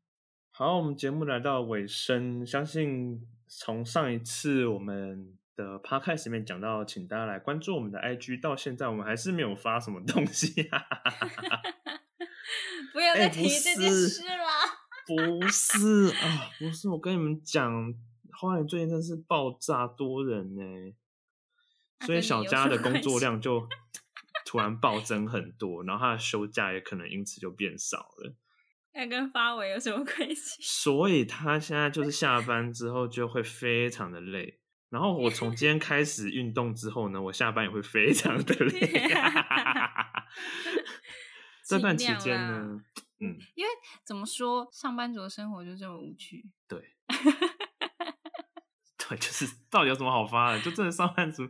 Speaker 1: 好，我们节目来到尾声，相信从上一次我们的 podcast 里面讲到，请大家来关注我们的 IG，到现在我们还是没有发什么东西啊。
Speaker 2: 不要
Speaker 1: 哎
Speaker 2: 再
Speaker 1: 不
Speaker 2: 提这件
Speaker 1: 是
Speaker 2: 事啦。
Speaker 1: 不是啊，不是，我跟你们讲，花莲最近真的是爆炸多人呢、
Speaker 2: 那
Speaker 1: 所以
Speaker 2: 跟你
Speaker 1: 小
Speaker 2: 有
Speaker 1: 佳
Speaker 2: 什
Speaker 1: 的
Speaker 2: 么
Speaker 1: 工
Speaker 2: 关
Speaker 1: 作
Speaker 2: 系
Speaker 1: 量就突然暴增很多，然后她的休假也可能因此就变少了。
Speaker 2: 那跟发尾有什么关系？
Speaker 1: 所以他现在就是下班之后就会非常的累。然后我从今天开始运动之后呢，我下班也会非常 的累。啊 这段期间
Speaker 2: 尽量
Speaker 1: 呢，嗯，
Speaker 2: 怎么说？上班族的生活就这么无趣。
Speaker 1: 对，就是到底有什么好发的？就真的上班族，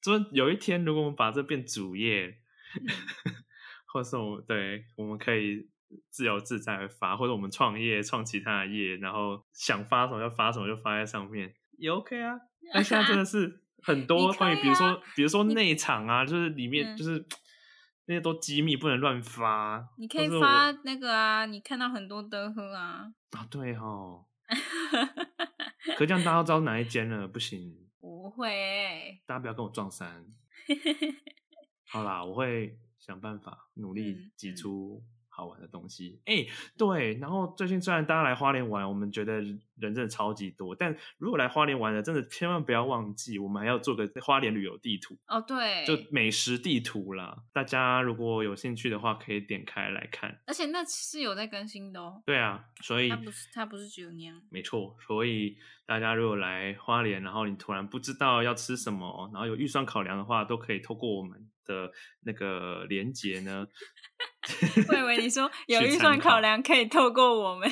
Speaker 1: 就有一天如果我们把这变主业，
Speaker 2: 嗯
Speaker 1: 或是我们对，我们可以自由自在地发，或者我们创业创其他的业，然后想发什么就发什么，就发在上面也 OK 啊。但现在真的是很多
Speaker 2: 你
Speaker 1: 关于，
Speaker 2: 可以
Speaker 1: 比如说
Speaker 2: 啊，
Speaker 1: 比如说内场啊，就是里面
Speaker 2: 嗯
Speaker 1: 就是那些都机密，不能乱发啊。
Speaker 2: 你可以
Speaker 1: 或是我
Speaker 2: 发那个啊，你看到很多的喝啊。
Speaker 1: 啊，对 哦。可这样大家都知道哪一间了，不行，
Speaker 2: 不会、
Speaker 1: 大家不要跟我撞 衫。好啦，我会想办法努力
Speaker 2: 嗯
Speaker 1: 挤
Speaker 2: 嗯
Speaker 1: 出好玩的东西。哎、对，然后最近虽然大家来花莲玩，我们觉得人真的超级多，但如果来花莲玩的，真的千万不要忘记，我们还要做个花莲旅游地图，
Speaker 2: 哦，对，
Speaker 1: 就美食地图啦。大家如果有兴趣的话，可以点开来看。
Speaker 2: 而且那是有在更新的哦。
Speaker 1: 对啊，所以
Speaker 2: 它不是它不是只有那样。
Speaker 1: 没错，所以大家如果来花莲，然后你突然不知道要吃什么，然后有预算考量的话，都可以透过我们的那个连结 呢。
Speaker 2: 我以为 你说有
Speaker 1: 去
Speaker 2: 预
Speaker 1: 参
Speaker 2: 算
Speaker 1: 考
Speaker 2: 考量可以透过我们，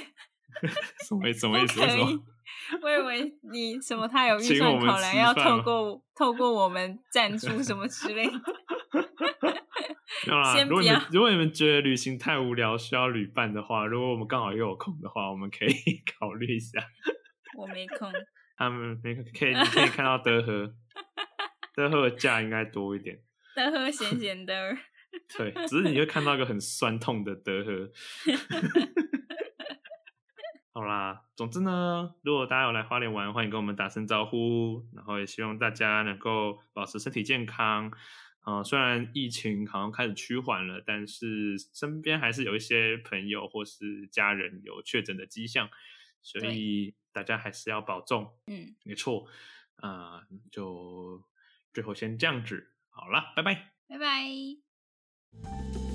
Speaker 1: 什么意思？什
Speaker 2: 不
Speaker 1: 么意思？为
Speaker 2: 可
Speaker 1: 什
Speaker 2: 以
Speaker 1: 么？。
Speaker 2: 我以为你什么，他有预
Speaker 1: 请
Speaker 2: 算
Speaker 1: 我们
Speaker 2: 考量，
Speaker 1: 吃
Speaker 2: 要
Speaker 1: 饭哦
Speaker 2: 透
Speaker 1: 吗
Speaker 2: 过透过我们赞助什么之类的。
Speaker 1: 没有啦，
Speaker 2: 先
Speaker 1: 如果你们
Speaker 2: 不要
Speaker 1: 如果你们觉得旅行太无聊，需要旅伴的话，如果我们刚好又有空的话，我们可以 考虑一下。
Speaker 2: 我没空，
Speaker 1: 他们没可以你可以看到德和，德和的价应该多一点。
Speaker 2: 但喝咸咸的。
Speaker 1: 对，只是你会看到一个很酸痛的德和。好啦，总之呢，如果大家有来花莲玩，欢迎跟我们打声招呼，然后也希望大家能够保持身体健康。呃，虽然疫情好像开始趋缓了，但是身边还是有一些朋友或是家人有确诊的迹象，所
Speaker 2: 对
Speaker 1: 以大家还是要保重。
Speaker 2: 嗯，
Speaker 1: 没错。啊、就最后先这样子，好啦，拜拜。
Speaker 2: 拜拜。